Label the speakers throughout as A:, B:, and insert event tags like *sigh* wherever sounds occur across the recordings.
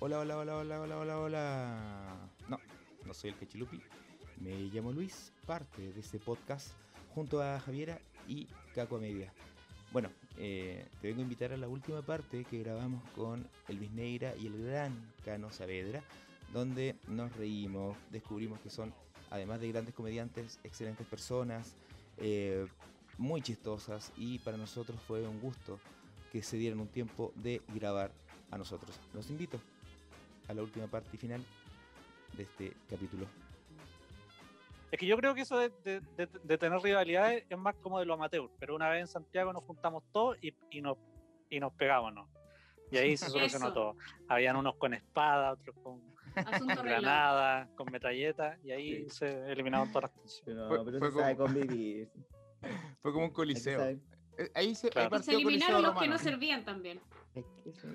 A: Hola, hola, hola, hola, hola, hola, hola. No, no soy el Cachilupi. Me llamo Luis, parte de este podcast junto a Javiera y Caco Media. Bueno, eh, te vengo a invitar a la última parte que grabamos con Elvis Neira y el gran Cano Saavedra, donde nos reímos, descubrimos que son, además de grandes comediantes, excelentes personas, eh, muy chistosas y para nosotros fue un gusto que se dieran un tiempo de grabar a nosotros. Los invito a la última parte y final de este capítulo.
B: Es que yo creo que eso de, de- de- de tener rivalidades es más como de lo amateur, pero una vez en Santiago nos juntamos todos y, y nos, y nos pegábamos. Y ahí
C: *laughs*
B: se solucionó
C: Eso.
B: todo. Habían unos con espada, otros con
C: Asunto arreglado.
B: granadas, con metralletas, y ahí se eliminaron todas las tensiones.
D: Pero,
A: Fue-
D: pero
A: fue
D: se
A: *laughs*
D: sabe convivir. hay
A: Fue como un
D: que
A: coliseo.
D: saber-
A: Eh, Ahí se
B: Claro.
A: ahí
C: Se
A: partió
C: eliminaron
A: coliseo
C: los que
A: romano.
C: no servían también.
D: es que eso-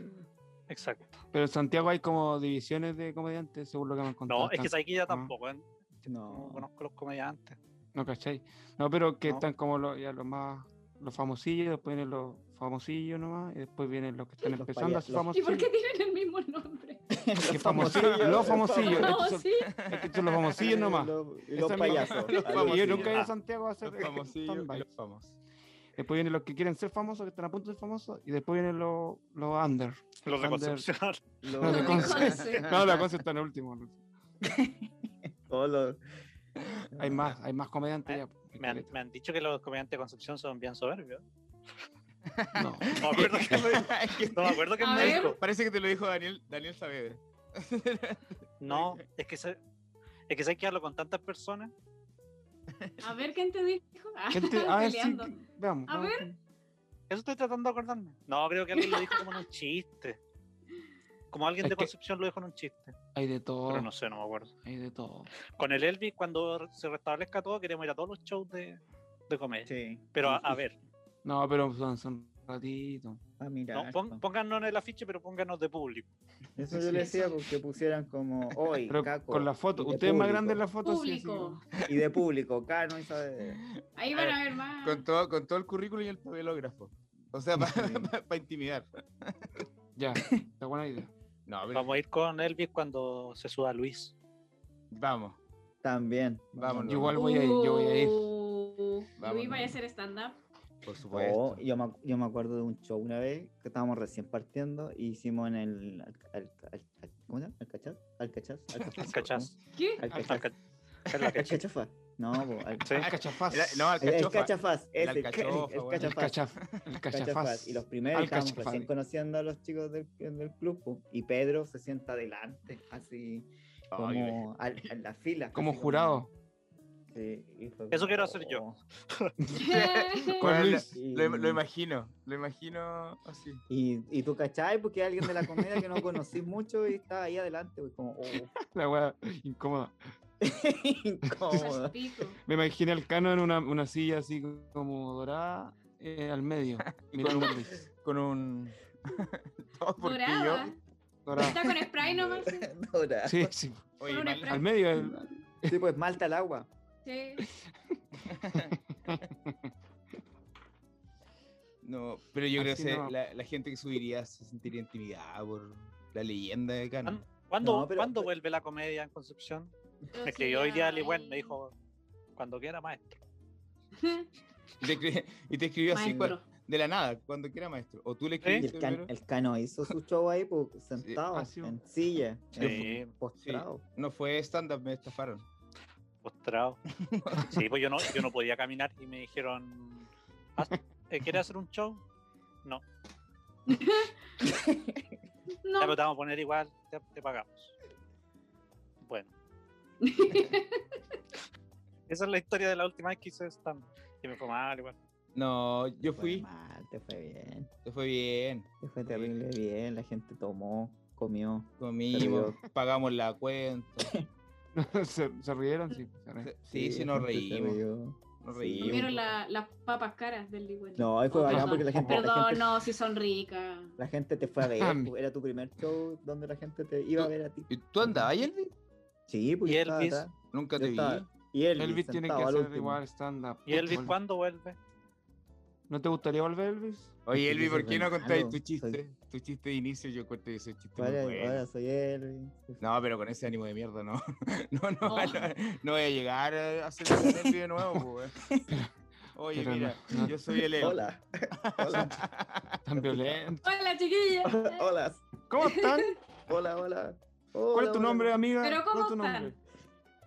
B: Exacto.
E: Pero en Santiago hay como divisiones de comediantes, según lo que me han contado.
B: No, es que
E: Están-
B: aquí ya
E: no.
B: tampoco, ¿eh? no
D: No. *laughs*
B: conozco los comediantes.
E: No, ¿cachai? No, pero que
B: No.
E: están como los, ya los más. Los famosillos, después vienen los famosillos nomás, y después vienen los que están
D: Los
E: empezando a
D: paya-
E: ser
D: los-
C: ¿Y
E: famosillos.
C: por qué tienen el mismo nombre?
E: Que famosillos, los famosillos.
C: No,
E: estos son-
C: sí.
E: estos son los
D: *laughs*
E: famosillos nomás.
D: Los, los
E: Esa es mi- *laughs*
D: payasos.
A: los
D: a
E: Y
A: famosillos.
E: yo
D: que-
E: nunca he ido
B: Ah,
E: a Santiago
C: *laughs*
E: a hacer
A: Los famosillos y
E: stand-by.
A: los famosos. *laughs*
E: Después vienen los que quieren ser famosos, que están a punto de ser famosos, y después vienen los, los under.
B: Los de
E: Under.
B: Concepción.
D: los-
E: No,
C: Los
E: de
C: de Conce.
E: No, la cosa está en el último. ¿no?
D: todos los-
E: Hay más, hay más comediantes ya.
B: *laughs* Eh,
E: pues,
B: Me han, me han dicho que los comediantes de Concepción son bien soberbios.
E: No.
B: No me acuerdo que
C: *laughs*
B: me, no me, acuerdo quién
C: A
B: me
C: ver.
B: dijo.
A: Parece que te lo dijo Daniel, Daniel Saavedra.
B: No, es que se, es que se hay que hablo con tantas personas.
C: A ver, ¿quién te dijo? Ah,
E: Gente-
C: *laughs*
E: ah, sí,
C: peleando.
E: veamos.
C: A
E: veamos.
B: Eso estoy tratando de acordarme. No, creo que alguien lo dijo *laughs* como en un chiste. Como alguien
E: Es
B: de
E: que-
B: Concepción lo dijo en un chiste.
E: Hay de todo.
D: Oh.
B: Pero no sé, no me acuerdo.
E: Hay de todo.
B: Con el Elvis, cuando se restablezca todo, queremos ir a todos los shows de, de comedia.
D: Sí.
B: Pero a, a ver,
E: No, pero son, son ratitos.
D: Ah,
B: no,
D: mira.
B: pon- pónganos en el afiche, pero pónganos de público.
D: Eso yo le decía porque pusieran
E: *laughs*
D: como hoy,
E: Pero
D: Caco,
E: con la foto.
D: y de
E: Usted es más grande en
D: público,
E: la foto. sí, sí.
C: Público.
D: Y de público, Cano y sabe.
C: Ahí van a ver más.
A: Con todo, con todo el currículo y el papelógrafo. O sea, para *laughs* intimidar.
E: Ya, está
D: *laughs*
E: buena idea.
A: No,
D: Pues
A: pero
B: Vamos a ir con Elvis cuando se suba Luis.
A: vamos.
D: También.
A: Vámonos.
E: Igual voy a ir, yo voy a ir.
C: Uh,
A: Vámonos.
C: Luis vaya a hacer stand-up.
A: Por supuesto.
D: Oh, yo, me, ac- yo me acuerdo de un show una vez que estábamos recién partiendo y hicimos en el. Al, al, al- al- ¿Cómo se llama? ¿Alcachaz? ¿Alcachaz? ¿Alcachaz?
B: ¿Cachás?
C: ¿Qué?
D: ¿no? Alcachaz.
B: Alca- Carla
D: *laughs*
B: Cachín.
D: Alcachafa. No, po, al-
B: Sí.
E: El cachafaz.
A: Era- no,
D: el, el
A: alcachofa.
D: cachafaz.
A: El
D: ese, El, ca- el-
A: alcachofa,
D: el
A: bueno.
E: El,
D: cachafaz. *laughs*
E: cachaf- el
D: Cachafaz.
E: cachafaz.
D: Y los primeros estábamos
E: Alcachafaz.
D: recién conociendo a los chicos del, del club po, y Pedro se sienta adelante, así
A: Ay, güey.
D: como al- en la fila.
E: Como
D: así
E: jurado.
D: sí, y fue
B: Eso
D: como,
B: quiero hacer yo.
D: oh.
C: *laughs*
E: Con
A: Bueno,
E: Luis.
A: Lo, im- lo imagino, lo imagino así.
D: Y, y tú cachai, porque hay alguien de la comedia que no conocí mucho y estaba ahí adelante, pues como,
E: *laughs*
D: oh,
E: *laughs* La wea incómoda.
D: incómodo. *laughs*
C: Salpico.
E: Me imaginé al cano en una, una silla así como dorada eh, al medio.
D: *laughs*
E: Mirando a Luis.
A: Con un. *laughs* Todo porque
C: Dorada.
E: Dorada.
C: ¿ah? Está con spray nomás. sí.
D: Dora.
E: Sí, sí.
A: yo. Oye,
C: Con un
A: mal-
C: spray.
E: Al medio. el- *laughs*
D: Sí, pues malta el agua.
C: Sí.
A: no, pero yo creo
E: Así
A: que se-
E: no.
A: la, la gente que subiría se sentiría intimidada por la leyenda de Cano.
B: ¿Cuándo,
D: No, pero-
B: cuándo vuelve la comedia en Concepción? Me escribió hoy día Ali Wen, me dijo, cuando quiera, maestro.
A: Y te, escri- y te escribió así cua-
C: Maestro.
A: de la nada, cuando quiera maestro. O tú le
D: Y
A: escribiste
D: el, can-
A: primero.
D: el cano hizo su show ahí, pues sentado,
E: así,
D: en silla,
B: Sí.
D: en- postrado.
A: No fue stand-up, me estafaron.
B: Postrado. Sí, pues yo no, yo no podía caminar y me dijeron, "Haz- eh, ¿quieres hacer un show? Ya
C: No.
B: lo te vamos a poner igual, te, te pagamos. Bueno. Esa es la historia de la última vez que hice stand. Y me fue mal igual.
A: No, yo
D: Fue
A: fui,
D: mal, te fue bien.
A: te fue bien.
D: Te fue terrible bien, la gente tomó, comió.
A: Comimos, pagamos la cuenta.
E: se, se rieron, sí. se rieron.
A: Sí, sí,
D: la
A: nos
D: gente se
A: reímos.
D: rió.
A: Nos
D: Sí.
A: reímos.
C: Comieron la- las papas caras del Liwen.
D: No, ahí fue bacán porque la gente- la
C: Perdón,
D: gente-
C: no, si son ricas.
D: La gente te fue a ver,
E: Ah,
D: pues, era tu primer show donde la gente te iba a ver a ti.
A: ¿Y ¿Tú andabas, Elvis?
D: Sí, pues
B: ¿Y
D: yo estaba
B: Elvis?
D: atrás.
A: Nunca
D: Yo
A: te vi.
D: estaba- Y Elvis,
E: Elvis tiene que
D: sentado al
E: hacer
D: último.
E: igual stand-up.
B: ¿Y Elvis
E: Vuelve.
B: cuándo vuelve?
F: ¿No te gustaría volver,
E: *laughs*
F: Elvis?
A: Oye,
D: Es que
A: Elvi,
D: yo soy
A: ¿por qué no
D: bueno,
A: contáis
D: soy-
A: tu chiste? Tu chiste de inicio, yo cuento ese chiste muy
D: Ahora,
A: bueno.
D: ahora soy él.
A: No, pero con ese ánimo de mierda, no. *laughs* No, no,
C: Oh.
A: no, no voy a llegar a hacer el Elvi de nuevo,
C: *laughs*
A: po, weón. Oye,
F: Pero no,
A: mira,
F: no.
A: yo soy el Elvi.
D: Hola. *laughs* Hola.
F: Tan violento.
C: Hola,
D: *laughs*
C: chiquilla.
D: Hola.
F: ¿Cómo están?
D: Hola, hola.
F: ¿Cuál es tu nombre, amiga?
C: Pero
F: ¿Cuál es
C: ¿cómo
F: tu
C: están?
F: nombre?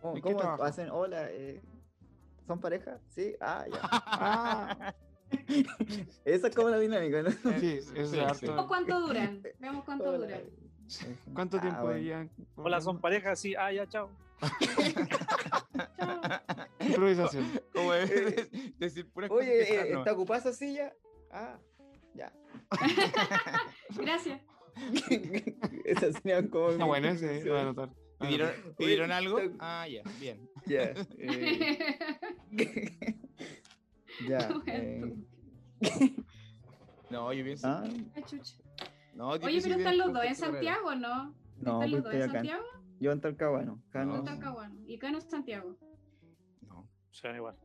D: ¿Cómo,
F: ¿En qué
D: Oh, cómo
F: trabajas?
D: hacen? Hola. eh, ¿Son pareja? Sí. Ah,
F: *laughs*
D: ya.
F: Ah,
D: *laughs* Esa es como la dinámica, ¿no?
F: sí, es
A: Eh, Sí,
F: harto.
C: Veamos cuánto duran. Veamos cuánto
D: Hola.
C: duran.
F: ¿Cuánto
D: Ah,
F: tiempo
D: bueno.
F: llevan?
B: Hola, son parejas, sí, ah, ya, chao.
C: Chao.
F: Improvisación.
A: Como es *laughs* decir puras
D: Eh, Oye,
F: *laughs*
A: cosas que
F: Ah,
D: eh,
A: están,
D: ¿está ocupada esa silla? Ah, ya. *laughs*
C: Gracias.
D: Esa silla como...
F: Está bueno ese, lo voy a anotar.
A: ¿no? ¿Pidieron, pidieron
D: Oye,
A: algo?
D: está-
A: Ah, ya, bien.
F: *laughs*
D: Ya. eh, ya. eh,
C: *laughs* Bueno,
A: No, yo pienso.
D: ah,
C: ay, chucha.
A: No, que
C: Oye,
A: pienso
C: pero
A: que
C: están los
A: tienen
C: dos ¿eh, en
A: conflicto de horario.
C: Santiago, ¿no?
D: no,
C: ¿Están
D: pues
C: los dos
D: estoy
C: en
D: acá.
C: Santiago?
D: Yo en Talcahuano. acá
A: No.
C: No,
D: no.
C: Talcahuano. ¿Y Cano es Santiago?
A: No.
B: Sean igual.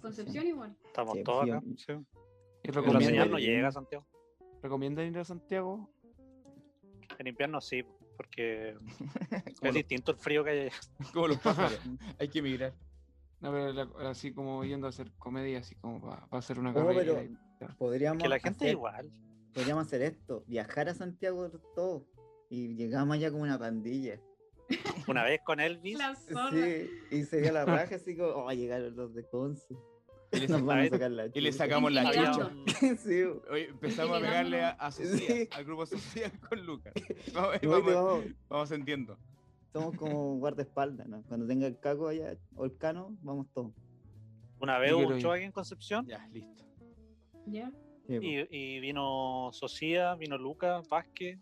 C: Concepción igual.
B: Estamos
D: Sí,
B: todos
D: sí,
B: acá.
D: yo-
B: sí.
F: ¿Y
B: Pero la
D: Recomiendo
B: señal no
F: recomiendan,
D: ir.
B: llega a Santiago.
F: recomiendan ir a Santiago?
B: En invierno sí, porque
A: Como
B: es
A: los,
B: distinto el frío que hay allá.
A: como
D: *laughs*
A: los pájaros. Hay que emigrar.
F: No, pero la- así como yendo a hacer comedia, así como para hacer una
D: Oh,
F: carrera.
D: pero
F: y-
D: podríamos
B: Que la gente
D: hacer,
B: igual.
D: podríamos hacer esto, viajar a Santiago todos y llegamos allá como una pandilla.
B: Una vez con Elvis,
C: La zorra.
D: Sí, y sería la raja así como, oh, llegaron los de Conce.
A: Y le,
D: *laughs* Nos van a
B: saca-
D: sacar la
A: y le
D: chucha".
A: sacamos la
B: había
A: chucha.
C: Intimidando.
B: un-
D: *laughs* Sí, bo.
A: Oye, empezamos a
C: Intimidándonos.
A: pegarle a, a Socias,
D: Sí.
A: al grupo social *laughs* con Lucas. Vamos,
D: No, y te
A: vamos,
D: vamos-
A: vamos
D: *laughs*
A: entiendo.
D: somos como guardaespaldas, ¿no? Cuando tenga el caco allá o el cano, vamos todos.
B: una vez
F: Yo
B: hubo
F: quiero
B: un
F: ir.
B: show aquí en Concepción
A: Ya, *laughs* listo.
C: ¿Ya?
D: Sí, bo.
B: y, y vino Socia, vino Lucas, Vázquez,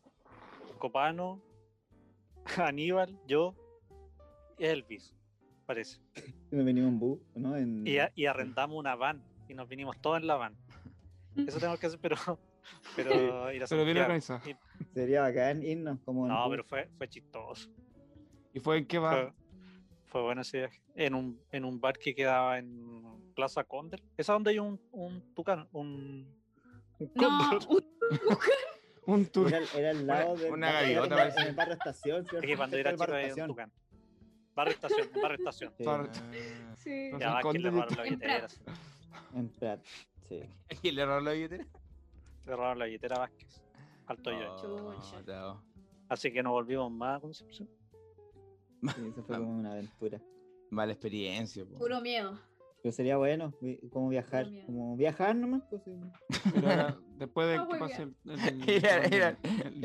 B: Copano, *laughs* Aníbal, yo, Elvis, parece.
D: Y nos venimos en bus, ¿no? En-
B: Y, a- y arrendamos una van y nos vinimos todos en la van. Eso tenemos que hacer,
F: *laughs*
B: pero, pero ir a
F: Pero bien
B: Santiago.
F: organizado.
B: Y-
D: Sería bacán irnos como en
B: No,
D: bus.
B: pero fue, fue chistoso.
F: ¿Y fue en qué va?
B: Fue, fue bueno ese viaje. En un, en un bar que quedaba en Plaza Condel. Esa donde hay un, un tucán, un, un
C: No, uh,
B: cóndor.
C: uy,
F: Un tour.
D: Era, era al lado
A: Una-
D: de
A: una
D: era-
A: gaviota,
D: era
A: parece.
D: en el barrio estación. ¿cierto?
B: Es que
D: *laughs*
B: cuando
D: Cerca
B: era
D: del
B: chico
D: barrio
B: había un
D: estación.
B: tucán. Barrio estación, barrio
D: *laughs*
B: estación.
D: Sí,
F: Barrio-
A: Ah,
C: sí.
F: Plaza
B: Ya va, que
F: Condel
B: le
F: y
B: robaron la
C: Tucán.
B: billetera.
D: en Prat,
A: *laughs*
D: sí.
A: ¿Quién le robó la billetera?
B: Le robaron la billetera a Vázquez. Al Toyo.
A: Oh,
C: Chucha.
A: tao.
B: Así que nos volvimos más a Concepción.
D: Sí, eso fue como una aventura.
A: Mala experiencia. po.
C: Puro miedo.
D: Pero sería bueno, vi- como viajar,
C: miedo.
D: como viajar nomás. Pues, sí.
F: Pero ahora, después de
C: Ah,
F: que
C: muy
F: pase el. el-
A: Era, era,
F: el-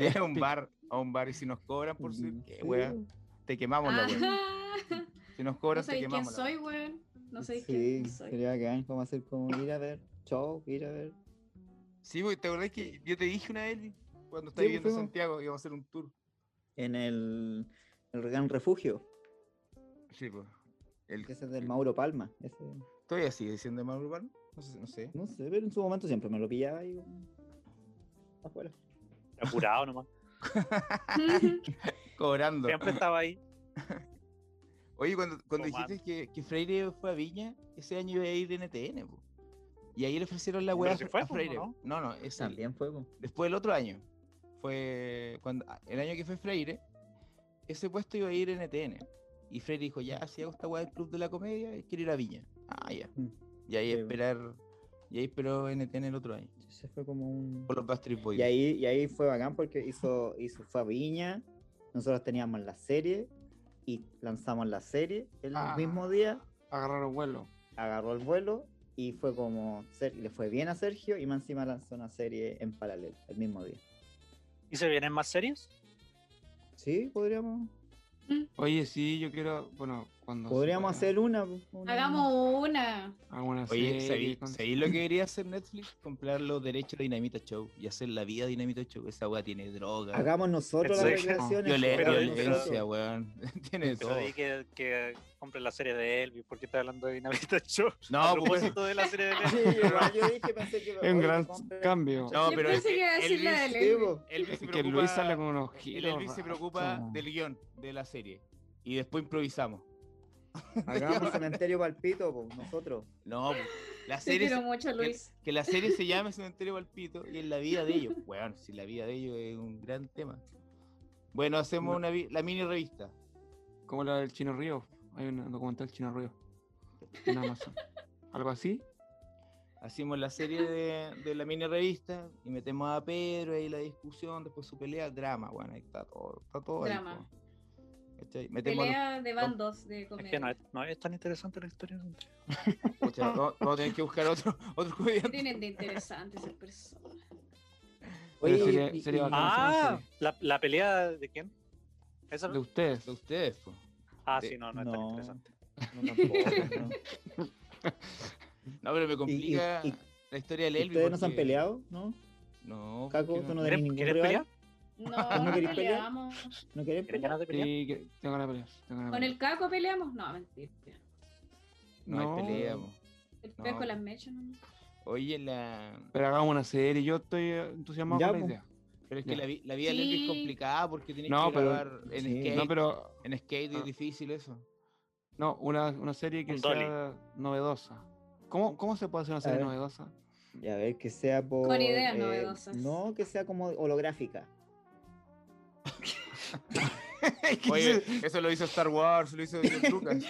A: *laughs* era un
F: el-
A: bar, a un bar y si nos cobran por si, qué
D: Mm, Sí.
A: wea, te quemamos la wea.
C: Ah,
A: Si nos
B: *laughs*
C: no
A: cobran te
C: sabéis quién
A: quemamos. la wea.
C: soy, weón. No sabéis
D: sí,
C: quién soy.
D: sería bacán como hacer como ir a ver, show, ir a ver.
A: Sí, güey, ¿te acordás que yo te dije una vez cuando estaba
D: Sí,
A: viviendo en
D: fuimos.
A: Santiago íbamos a hacer un tour?
D: En el, el Gran Refugio,
A: Sí, pues. El,
D: que ese es del
A: el-
D: Mauro Palma. Ese,
A: ¿Todavía sigue diciendo Mauro Urbano? No sé, no sé.
D: no sé, pero en su momento siempre me lo pillaba ahí como, afuera.
B: Apurado nomás.
A: Cobrando.
B: Siempre estaba ahí.
A: Oye, cuando, cuando
B: Tomando.
A: dijiste que, que Freire fue a Viña, ese año iba a ir de NTN, po. Y ahí le ofrecieron la
B: Pero
A: weá a
B: sí
A: Fre-
B: fue,
A: a
B: po, ¿no?
A: Freire. po. No, no, es
D: También fue. po.
A: Después del otro año. Fue cuando ah, el año que fue Freire, ese puesto iba a ir NTN. Y Freire dijo, ya, si hago esta weá del Club de la Comedia, quiero ir a Viña. Ah, ya.
D: Mm.
A: Y ahí
D: Sí, po.
A: esperar. Y ahí esperó NTN el otro año.
D: Ese fue como un.
A: Por los Backstreet Boys.
D: Y ahí, y ahí fue bacán porque hizo, hizo, fue a Viña, nosotros teníamos la serie y lanzamos la serie el
F: Ah.
D: mismo día,
F: Agarraron vuelo.
D: agarró el vuelo y fue como, Ser- le fue bien a Sergio y más encima lanzó una serie en paralelo el mismo día.
B: ¿Y se vienen más series?
D: Sí, podríamos,
F: Oye, sí, yo quiero. Bueno, cuando. se
D: podríamos
F: pueda,
D: hacer una. pues,
C: *laughs*
D: una-
C: Hagamos una.
F: Alguna
A: Oye,
F: serie
A: ¿sabí-
F: con-
A: sabí lo que debería hacer Netflix? Comprar los derechos de Dinamita Show y hacer la vida de Dinamita Show. Esa weá tiene droga,
D: Hagamos nosotros las
B: Exacto.
D: recreaciones.
A: violen-
B: pero-
A: violencia,
D: pero-
A: weón. *laughs* Tiene de
B: Pero
A: todo.
B: di que, que compre la serie de Elvis, porque está hablando de Dinamita Show. A
A: No, pues,
B: propósito de la serie de
D: Sí,
B: Elvis.
D: igual yo dije, pensé que...
F: Es un
D: oye,
F: gran
D: compre-
F: cambio.
A: No,
C: Yo
A: pero
C: pensé
A: es
C: que iba a
A: que
C: decir la
A: Elvis-
C: del
D: Sí,
C: Elvis.
D: po.
A: Elvis se
F: que
A: preocupa-
F: Luis sale con unos
A: el
F: giros.
A: Elvis se preocupa
F: raros.
A: del guión de la serie y después improvisamos.
D: Hagamos cementerio palpito, po, nosotros.
A: No, pues,
C: *laughs*
F: La
C: Te
F: serie,
C: quiero mucho,
F: que-
C: Luis.
F: que la serie se llame Cementerio Palpito y es la vida de
C: *laughs*
F: ellos. Bueno, si la vida de ellos es un gran tema. Bueno, hacemos
E: No.
F: una vi- la mini revista.
E: Como la del Chino Río. Hay un documental Chino Río. En Amazon. Algo así.
F: Hacemos la
C: *laughs*
F: serie de, de la mini revista y metemos a Pedro ahí la discusión, después su pelea, drama. Bueno, ahí está todo. Está todo ahí,
C: Drama.
F: po. ¿Cachai? Metemos a los-
C: Pelea de bandos de
B: Es que no
C: comedia.
B: es, no es tan interesante la historia.
F: pucha, vamos, vamos a tener que
C: *laughs*
F: buscar otro, otro
C: ¿Qué
F: comediante.
C: tienen de interesante esas
D: *laughs*
C: personas?
E: Pero
D: Oye,
E: sería-
D: y-
E: sería
D: y-
E: bacán.
B: Ah, la, la pelea de quién? ¿Esa?
E: De ustedes.
F: De ustedes, po.
B: Ah,
F: de-
B: sí, no, no es tan
D: no.
B: interesante.
D: No, tampoco, no.
F: No, pero me
D: Y- y-
F: complica
D: y-
F: la historia del
D: ¿Ustedes
F: Elvis.
D: no se han
F: porque-
D: peleado? ¿No?
F: No.
D: Caco,
F: porque
D: tú no
B: ¿Quieres,
D: tenés ningún
B: quieres
D: rival?
B: pelear?
C: No, no
D: queréis pelear?
C: peleamos.
D: ¿No querés
B: ¿Quieres
D: pelear?
B: ganas de pelear?
E: Sí, que tengo ganas de pelear. tengo ganas de
C: ¿Con el caco peleamos? No, mentira.
F: No, hay
E: No.
F: pelea, po.
C: El
F: No.
C: pez con las mechas, no.
D: *laughs*
C: no.
F: Oye, la...
E: Pero hagamos una serie. Yo estoy eh, entusiasmado
D: Ya,
E: con la
D: pues.
E: idea.
F: Pero es que
E: Ya.
F: la, vi- la vida del Elvis es
C: Sí.
F: complicada porque tienes
E: No,
F: que
E: pero-
F: grabar en
D: sí.
F: skate.
E: No, pero.
F: En skate
E: Ah.
F: es difícil eso.
E: No, una, una serie que
B: Un
E: sea
B: Dolly.
E: novedosa. ¿Cómo, ¿Cómo se puede hacer una serie
D: ver.
E: novedosa?
D: Y a ver, que sea por.
C: Con ideas novedosas.
D: No, que sea como holográfica.
F: Oye, eso lo hizo Star Wars, lo hizo George Lucas.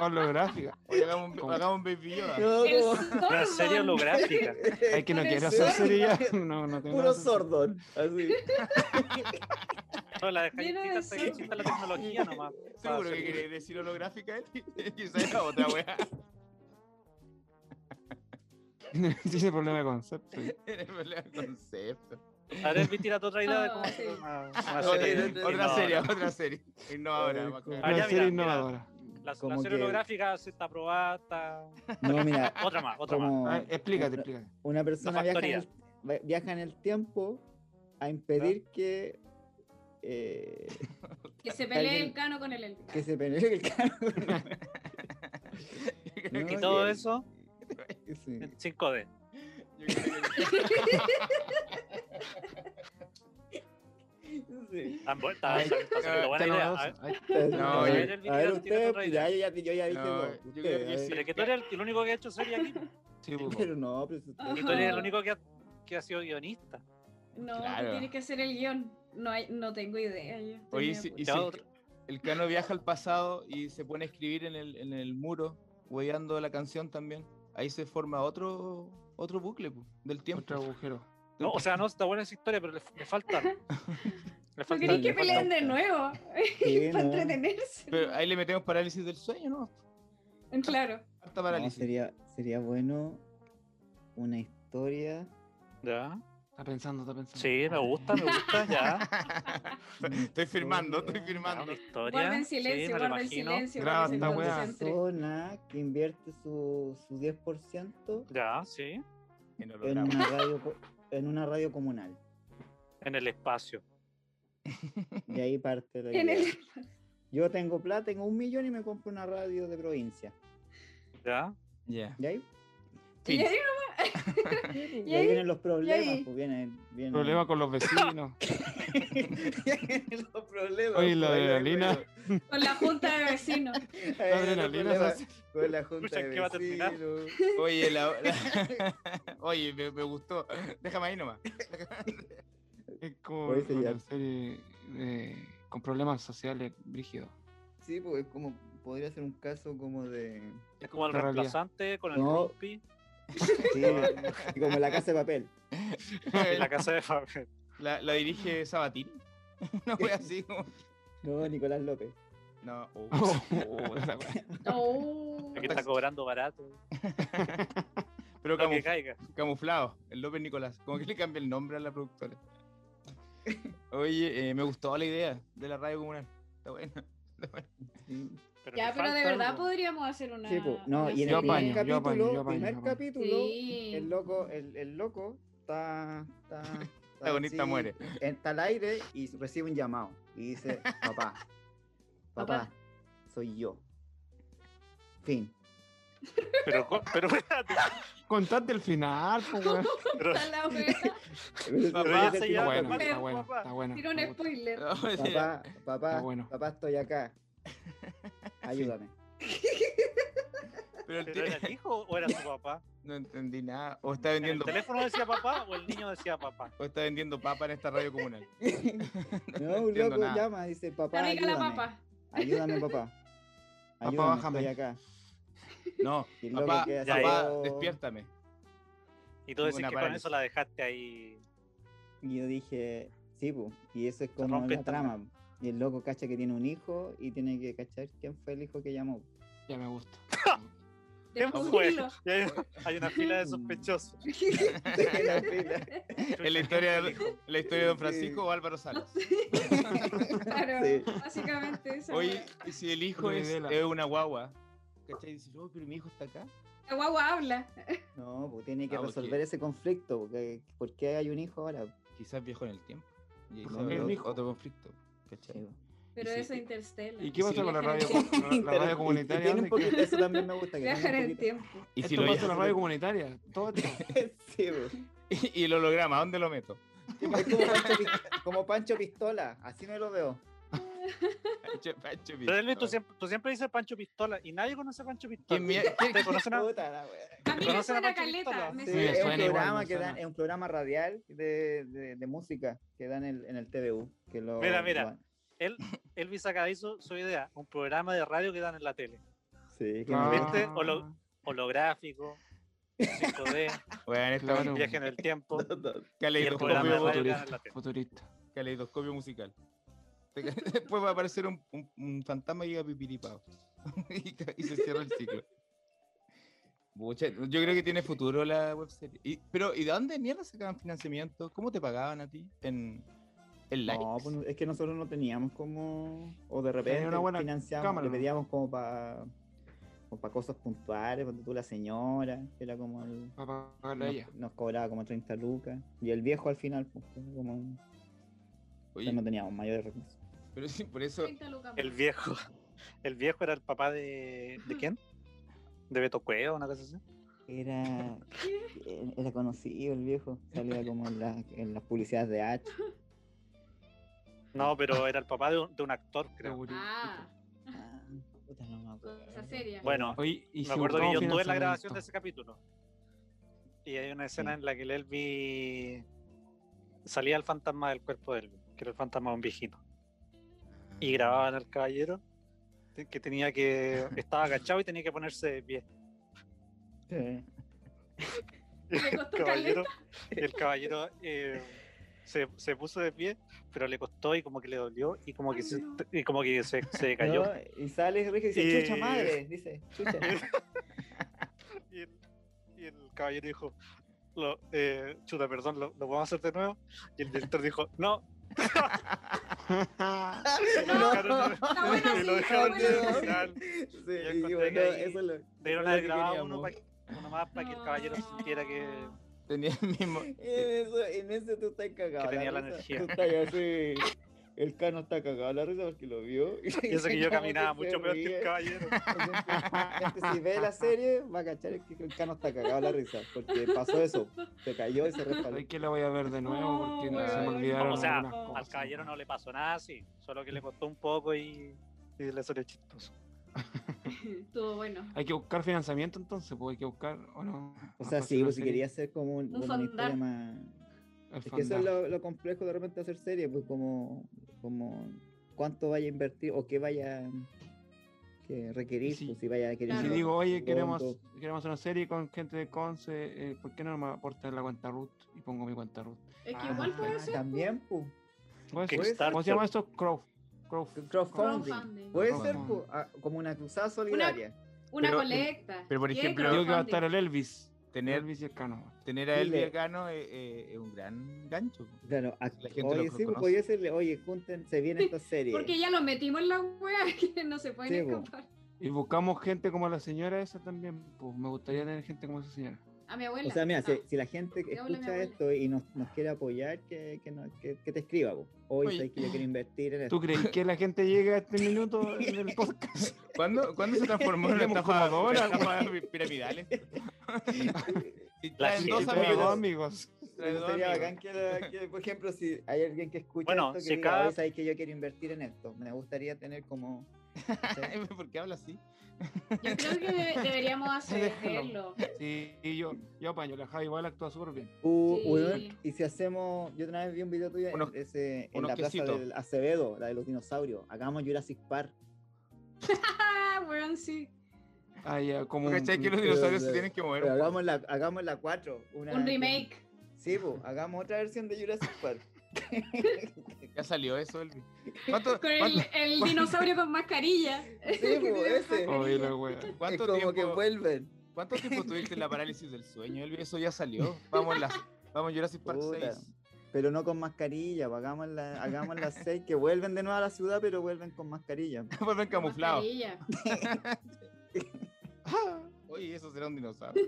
E: Holográfica.
F: Oye, hagamos un,
E: ¿Cómo?
F: hagamos un Baby Yoda.
C: El
D: como-
B: Una serie
C: Sordon.
B: holográfica.
E: Hay que no
C: Con el
E: quiero hacer
C: sordo.
E: serie ya. *laughs* No, no tengo
D: Puro
E: ganas de hacer-
D: sordo. Así.
B: No, la
C: Lleno de
B: dejáis hasta que
C: sol.
B: exista la
C: *laughs*
B: tecnología nomás. para
F: Seguro que
B: hacer-
F: quiere decir holográfica él. Quizás era otra wea.
E: *laughs* Tiene problema de concepto.
F: Era el problema del concepto.
B: A ver, Elvis, tírate otra idea de cómo
C: Ah,
B: hacer
C: sí.
B: una,
F: Otra
B: una
F: serie,
B: serie.
F: otra serie, otra serie. Innovadora.
D: Ay,
F: bacán.
E: Una
B: ya,
E: serie
B: mira. La,
E: innovadora.
B: la
D: Como
B: serie
D: que-
B: holográfica sí está aprobada, está...
D: No, mira.
B: Otra más, otra más.
D: Como
E: A ver, explícate,
D: una-
E: explícate.
D: Una persona viaja en,
B: factoría. Ah.
D: el, va- viaja en el tiempo a impedir que. eh,
C: Que se pelee
D: Alguien-
C: el cano con el Elvis.
D: que se pelee el carro.
B: *laughs*
D: *laughs*
B: Y
D: No,
B: todo
D: y-
B: eso
D: Sí.
B: *laughs* en 5D.
F: Yo creo que-
D: Sí.
B: Está bu- está-
E: Ay,
B: está- está
F: ya,
B: siendo buena
E: Está
B: idea.
E: novedosa.
B: A ver,
E: Ay,
F: No,
D: a
F: yo-
D: ver,
B: yo-
D: a ver,
B: yo-
D: ustedes,
B: yo-
D: pues, ya, ya, yo ya dije
F: No,
D: dos,
F: yo creo
D: ustedes,
F: que
D: a
F: sí.
B: Pero
D: *laughs* ver.
B: es que tú eres el, el único que ha hecho serie aquí. po.
E: Sí, po.
D: Pero no, pues, pero si ustedes-
B: Y tú eres el
C: Ajá.
B: único que ha, que ha sido guionista.
C: No, tú
F: Claro.
C: tienes que hacer el guión. No, hay, no tengo idea. yo estoy
F: Oye,
C: medio
F: si- y
C: puta.
F: si
B: Ya,
F: el,
B: otro.
F: el Cano viaja al pasado y se pone a escribir en el, en el muro, hueveando la canción también, ahí se forma otro otro bucle po, del tiempo.
E: Otro agujero.
B: No, o sea, no, está buena esa historia, pero le, le falta. Le
C: ¿No
B: falta.
C: queréis que
B: le falta-
C: peleen de nuevo? *laughs*
D: Sí,
C: Para
D: no.
C: entretenerse.
F: Pero ahí le metemos parálisis del sueño, ¿no?
C: Claro.
F: Harta
D: No,
F: *laughs* parálisis.
D: sería, sería bueno una historia.
F: *laughs*
B: Ya.
E: Está pensando, está pensando.
B: Sí, me gusta, me gusta, ya.
F: estoy firmando, estoy
B: Ya, Una
F: firmando.
B: historia.
C: Guarden
B: sí,
C: silencio,
B: me lo
C: guarden
B: imagino.
C: silencio.
E: Graba
C: para que se
E: esta weá.
C: concentren.
D: persona que invierte su, su 10%
B: Ya, sí.
F: En
D: en
F: holograma.
D: una,
E: *laughs*
D: radio, co- en una radio comunal.
B: En el espacio.
D: Y ahí parte
C: *laughs*
D: la
C: En
D: idea.
C: el-
D: Yo tengo plata, tengo un millón y me compro una radio de provincia.
B: Ya.
F: Ya.
D: ¿Y ahí?
C: Y *laughs*
F: Fin.
C: ahí
D: Y ahí,
C: ahí?
D: vienen los problemas.
C: ahí?
D: Pues vienen, vienen- *laughs*
E: Problema con los
B: *laughs*
E: vecinos.
D: vienen
E: *laughs*
D: los problemas.
E: Oye, la
D: pues,
E: adrenalina.
D: bueno.
C: con la junta de vecinos.
D: *laughs* Ahí vienen
E: La
D: los
E: adrenalina.
D: problemas
E: se hace-
D: Con la junta
B: Escucha,
D: de
B: ¿qué va a terminar?
D: vecinos.
F: Oye, la- la- *laughs* Oye me, me gustó. Déjame ahí nomás.
E: Es como
D: Oye, sería-
E: una serie eh, con problemas sociales brígidos.
D: Sí, pues es como podría ser un caso como de.
B: Es como el
E: Otra realidad.
B: reemplazante con el
D: No.
B: Rumpi
D: Sí, *laughs* como la casa de papel.
B: en la casa de *laughs*
F: *laughs*
B: Faber.
F: La, la dirige *laughs* Sabatini. No voy así como.
D: No, Nicolás López.
F: No. oh.
E: Oh, esa wea.
C: Oh.
B: Aquí está cobrando barato. Lo
F: Pero
B: que
F: camufla-
B: caiga.
F: camuflado, el López Nicolás. Como que le cambia el nombre a la productora. Oye, eh, me gustó la idea de la radio comunal. Está *laughs* buena.
D: Sí,
B: Pero
C: Ya,
B: le
C: pero de
B: falta
C: verdad
B: algo.
C: podríamos hacer una.
D: Sí, pues, no,
C: una
D: y en
E: Yo
D: el
C: serie.
E: apaño,
D: primer
E: yo
D: capítulo,
E: apaño, yo apaño,
D: primer
E: yo apaño.
D: capítulo
C: Sí.
D: el loco, el, el loco está, está, está
F: Protagonista
D: así,
F: muere.
D: Está al aire y recibe un llamado y dice, papá, papá,
C: Papá.
D: soy yo. Fin.
C: pues.
B: Pero,
F: *laughs*
B: co- pero, espérate,
E: Contate el final,
B: *laughs*
E: po, weón.
B: pero-
C: Está la wea.
B: ya se
E: Está
B: llama,
E: bueno,
B: papá.
E: está bueno, está bueno.
C: Tira un
E: me gusta.
C: spoiler.
F: No, o sea,
D: Papá, papá,
E: bueno.
D: papá, estoy acá. Ayúdame.
F: Pero el
B: ¿Pero era
F: tío-
B: el hijo o era su papá?
F: no entendí nada. O está
B: ¿En el
F: vendiendo,
B: teléfono decía papá o el niño decía papá?
F: o está vendiendo papa en esta radio comunal.
D: No, un
F: entiendo
D: loco
F: nada.
D: llama, dice, papá,
C: Está rica la
D: ayúdame.
C: papa.
D: Ayúdame, papá.
F: Papá,
D: Ayúdame,
F: bájame.
D: estoy acá.
F: No,
D: Y el loco
F: papá,
D: queda así,
F: papá,
D: oh.
F: despiértame.
B: Y tú decís
F: Ninguna
B: que con
F: parálisis.
B: eso la dejaste ahí.
D: Y yo dije, sí, pu. Y eso es como
B: rompe
D: la
B: esta
D: trama. Y el loco cacha que tiene un hijo y tiene que cachar quién fue el hijo que llamó. *laughs*
E: Ya me gusta.
C: Descubrirlo.
B: Y hay, hay una fila de sospechosos.
D: *laughs* La fila.
F: *laughs* Es la historia,
B: ¿quién fue el
F: de, la historia de Don
D: Sí.
F: Francisco o Álvaro Salas.
C: *laughs* Claro,
D: Sí.
C: básicamente eso.
F: Oye, y si el hijo
E: Una
F: es,
E: vela.
F: es una guagua, ¿cachai? Dices, oh, pero mi hijo está acá.
C: La guagua habla.
D: No, pues tiene que
F: Ah, porque-
D: resolver ese conflicto. Porque, ¿Por qué hay un hijo ahora?
F: Quizás viajó en el tiempo. Y ahí
E: Por
F: se
D: lo
F: abre
D: menos
F: otro,
E: dijo.
F: otro conflicto,
D: Sí,
F: ¿cachai?
D: pu.
C: Pero
F: Y sí.
C: eso interstela.
E: ¿Y qué pasa
F: Sí.
E: con la radio,
D: *laughs*
E: la- la
B: *laughs*
D: Pero-
E: radio comunitaria?
D: y tiene un
E: ¿Dónde queda?
D: poquito- eso también me gusta. Que
C: Viajar
D: tiene
C: en
D: un
C: el tiempo.
F: Y si lo
E: Esto pasa en la
F: llama-
E: radio comunitaria. Todo esto.
B: *laughs*
D: poquito- *laughs* Sí, pu.
F: *laughs* y el holograma, ¿dónde lo meto?
D: Es como Pancho, Pis- como Pancho Pistola, así no lo veo.
F: Pancho- Pancho
B: Pero Elvis, tú
F: Pistola.
B: siempre, tú siempre dices Pancho Pistola y nadie conoce a Pancho Pistola.
F: ¿Quién mie- quién-
B: ¿Te conocen a-
D: Puta la wea.
C: A mí me
B: ¿Conocen a
C: suena
B: Pancho
C: caleta.
B: Pistola?
C: Me
D: Sí,
C: suena.
D: es, un
E: suena igual,
D: programa
E: me
D: que dan,
E: suena.
D: es un programa radial de, de- de música que dan en, en el TVU. Que lo,
B: Mira,
D: lo
B: mira.
D: dan.
B: Él, Elvis Acadizo, su idea, un programa de radio que dan en la tele.
D: Sí, que
E: Ah,
D: me
B: *laughs*
D: gusta.
B: ¿Viste? O lo- Holográfico, 5D,
F: Bueno, esta
E: Claro.
B: viaje en el tiempo. Y el programa de
F: caleidoscopio,
B: radio que dan en la tele.
E: Futurista.
F: caleidoscopio musical. *laughs* Después va a aparecer un, un- un fantasma y llega pipiripao. *laughs* y, ca- y se cierra el ciclo. Pucha, yo creo que tiene futuro la webserie. Y- pero, ¿y de dónde mierda sacaban financiamiento? ¿Cómo te pagaban a ti? ¿En, en likes?
D: No, pues, es que nosotros no teníamos como. O de repente
E: una buena
D: financiamos,
E: cámara,
D: le
E: ¿no?
D: pedíamos como para cosas puntuales, cuando tú la señora, que era como el-
E: Para pagarle a
D: nos,
E: ella.
D: nos cobraba como 30 lucas. Y el viejo al final, pues, fue como, un- o sea,
F: Oye,
D: no teníamos mayores recursos.
F: pero sí, por eso...
C: 30 lucas más.
B: El viejo. El viejo era el papá de. ¿De quién? De Beto Cueva, una cosa así.
D: Era, era conocido el viejo, salía como en, la- en las publicidades de H.
B: No, pero era el papá de un, de un actor, creo.
E: Segurito.
C: Ah,
D: Ah, puta, no me acuerdo.
C: cosa seria.
B: Bueno,
E: Oye, y
B: Me
E: si
B: acuerdo que yo
E: buscamos
B: estuve en la grabación de
E: financiamiento,
B: ese capítulo. Y hay una escena en la que el Elvis salía el fantasma del cuerpo de Elvis, que era el fantasma de un viejito. Y grababan al caballero te- que tenía que. estaba agachado y tenía que ponerse de pie.
D: Sí.
B: El
C: Le
B: *laughs*
C: costó
B: caballero, el caballero eh, se, se puso de pie, pero le costó y como que le dolió y como que
C: Ay,
B: se,
C: no.
B: y como que se, se cayó.
D: No, y sale Ricky y dice,
B: Y-
D: chucha madre, dice,
B: *laughs*
D: chucha.
B: Y el, y el caballero dijo, lo, eh, chuta, perdón, ¿lo, vamos a hacer de nuevo? Y el director dijo, no. *laughs* Y lo
C: No.
B: dejaron en-
C: Está bueno
B: y lo
C: así,
B: dejaron
C: está bueno
B: en el
C: así.
B: final.
D: Sí,
B: Yo
D: y
B: encontré
D: bueno,
B: que ahí
D: eso es lo-
B: Debieron
D: Era
B: haber
D: lo que
B: grabado uno,
D: queríamos.
B: pa- uno más para que el caballero sintiera que...
F: Tenía el mismo...
D: en eso, en eso tú estás cagado.
B: Que tenía la
D: risa.
B: energía.
D: Tú estás así. El cano está cagado la risa porque lo vio.
B: *laughs* Y eso que yo
D: como
B: caminaba
D: se
B: mucho peor que
D: ríe.
B: el caballero.
D: Entonces, si ve la serie, va a cachar que el cano está cagado la risa. Porque pasó eso. Se cayó y se respaldó.
E: Ay, que la voy a ver de nuevo porque
F: Oh,
E: no se me
F: weón.
E: olvidaron
B: O sea,
E: algunas
C: al
E: cosas.
B: Al caballero no le pasó nada así, solo que le costó un poco y, y le salió chistoso.
C: *laughs* Estuvo bueno.
E: Hay que buscar financiamiento entonces, pues hay que buscar o no.
D: O sea, sí, pues, si quería hacer como un,
C: Un
D: como una
C: fondant.
D: historia más. Es que eso es lo, lo complejo de repente hacer series, pues como, como cuánto vaya a invertir o qué vaya que requerir,
E: Y si-
D: pues, si vaya a
E: Y
D: querer.
E: si
C: Claro.
E: digo, oye,
D: Pronto.
E: queremos, queremos una serie con gente de Conce, eh, ¿por qué no me aportas la cuenta root? Y pongo mi cuenta root.
C: Es que
E: Ah,
C: igual puede
D: Ah,
C: ser.
D: También, pues.
E: Pues,
B: Kickstarter.
E: ¿Cómo se llama esto? Crow. Crow.
D: Crowdfunding.
C: crowdfunding.
D: Puede
E: Crowdfunding.
D: ser pues, ah, como una cruzada solidaria.
C: Una
F: Pero-
C: colecta.
F: pero, por
C: ¿Qué
F: ejemplo-
E: Yo creo que va a
C: crowdfunding?
E: estar el Elvis. El
F: Tener,
E: Elvis y el Cano.
F: tener a él
D: Dile.
F: Cano es, es- es un gran gancho.
D: Claro, a-
F: La gente
D: oye,
F: lo
D: sí, pues,
F: conoce.
D: podía serle, oye, junten, se viene esta serie.
C: Porque ya lo metimos en la wea *laughs* que no se pueden
D: Sí, po.
C: escapar.
E: Y buscamos gente como la señora esa también. Pues me gustaría tener gente como esa señora.
C: A mi abuela.
D: O sea, mira,
C: no.
D: si, si la gente que
C: Yo hablo a mi
D: escucha
C: abuela.
D: esto y nos, nos quiere apoyar, que, que, nos- que- que te escriba, pues.
F: Oye.
D: Oye, sabes que yo quiero invertir en
E: ¿Tú
D: esto.
E: crees que la gente llega a este minuto en el podcast?
F: ¿Cuándo, cuándo se transformó en una
E: Éramos
F: estafa,
E: como
F: una
E: Dora,
F: estafa piramidal? esto?
B: La
F: Traen
B: gente
F: dos
B: te
E: Sí, pero
B: amigos.
E: dos
F: amigos,
E: amigos.
D: Pero
E: dos
D: *laughs* sería
E: amigos.
D: bacán que, la- que, por ejemplo, si hay alguien que escucha
B: Bueno,
D: esto que
B: si
D: diga,
B: cada-
D: "Oye, ¿sabes que yo quiero invertir en esto? Me gustaría tener como...
F: *laughs*
D: ¿cachai?
F: ¿Por qué habla así?
C: Yo creo que de- deberíamos hacer-
E: Déjalo.
C: hacerlo.
E: Sí, y yo, yo apaño, la Javi igual actúa súper bien.
D: Uh,
C: Sí.
D: weón, y si hacemos, yo otra vez vi un video tuyo en-
F: Unos-
D: ese- en
F: unos
D: la plaza
F: quesitos.
D: del Acevedo, la de los dinosaurios. Hagamos Jurassic Park.
C: Ah, weón, sí.
E: Ah, ya, como.
F: Porque ¿Cachai que los
D: pero-
F: dinosaurios se
D: pero-
F: tienen que mover?
D: Pero
F: un poco.
D: hagamos la, hagamos la 4. una-
C: Un remake.
D: Sí, po, hagamos otra versión de Jurassic
C: *laughs*
D: Park.
F: Ya salió
D: *laughs*
F: eso, Elvi. ¿Cuánto,
C: Con el,
F: cuánto-
C: el dinosaurio con mascarilla.
D: Sí, po, ese.
C: *laughs*
E: Oye, la wea.
F: Oh, cuánto
D: es como
F: tiempo,
D: que vuelven.
F: cuánto
D: *laughs*
F: tiempo tuviste en la parálisis del sueño, Elvi? Eso ya salió. Vamos, en la, vamos Jurassic Park
D: Puta,
F: *laughs* 6.
D: Pero no con mascarilla, po, hagamos la, hagamos las 6, que vuelven de nuevo a la ciudad, pero vuelven con
F: *laughs*
D: mascarilla.
F: Vuelven camuflados.
C: Mascarilla.
F: Oye, eso será un dinosaurio.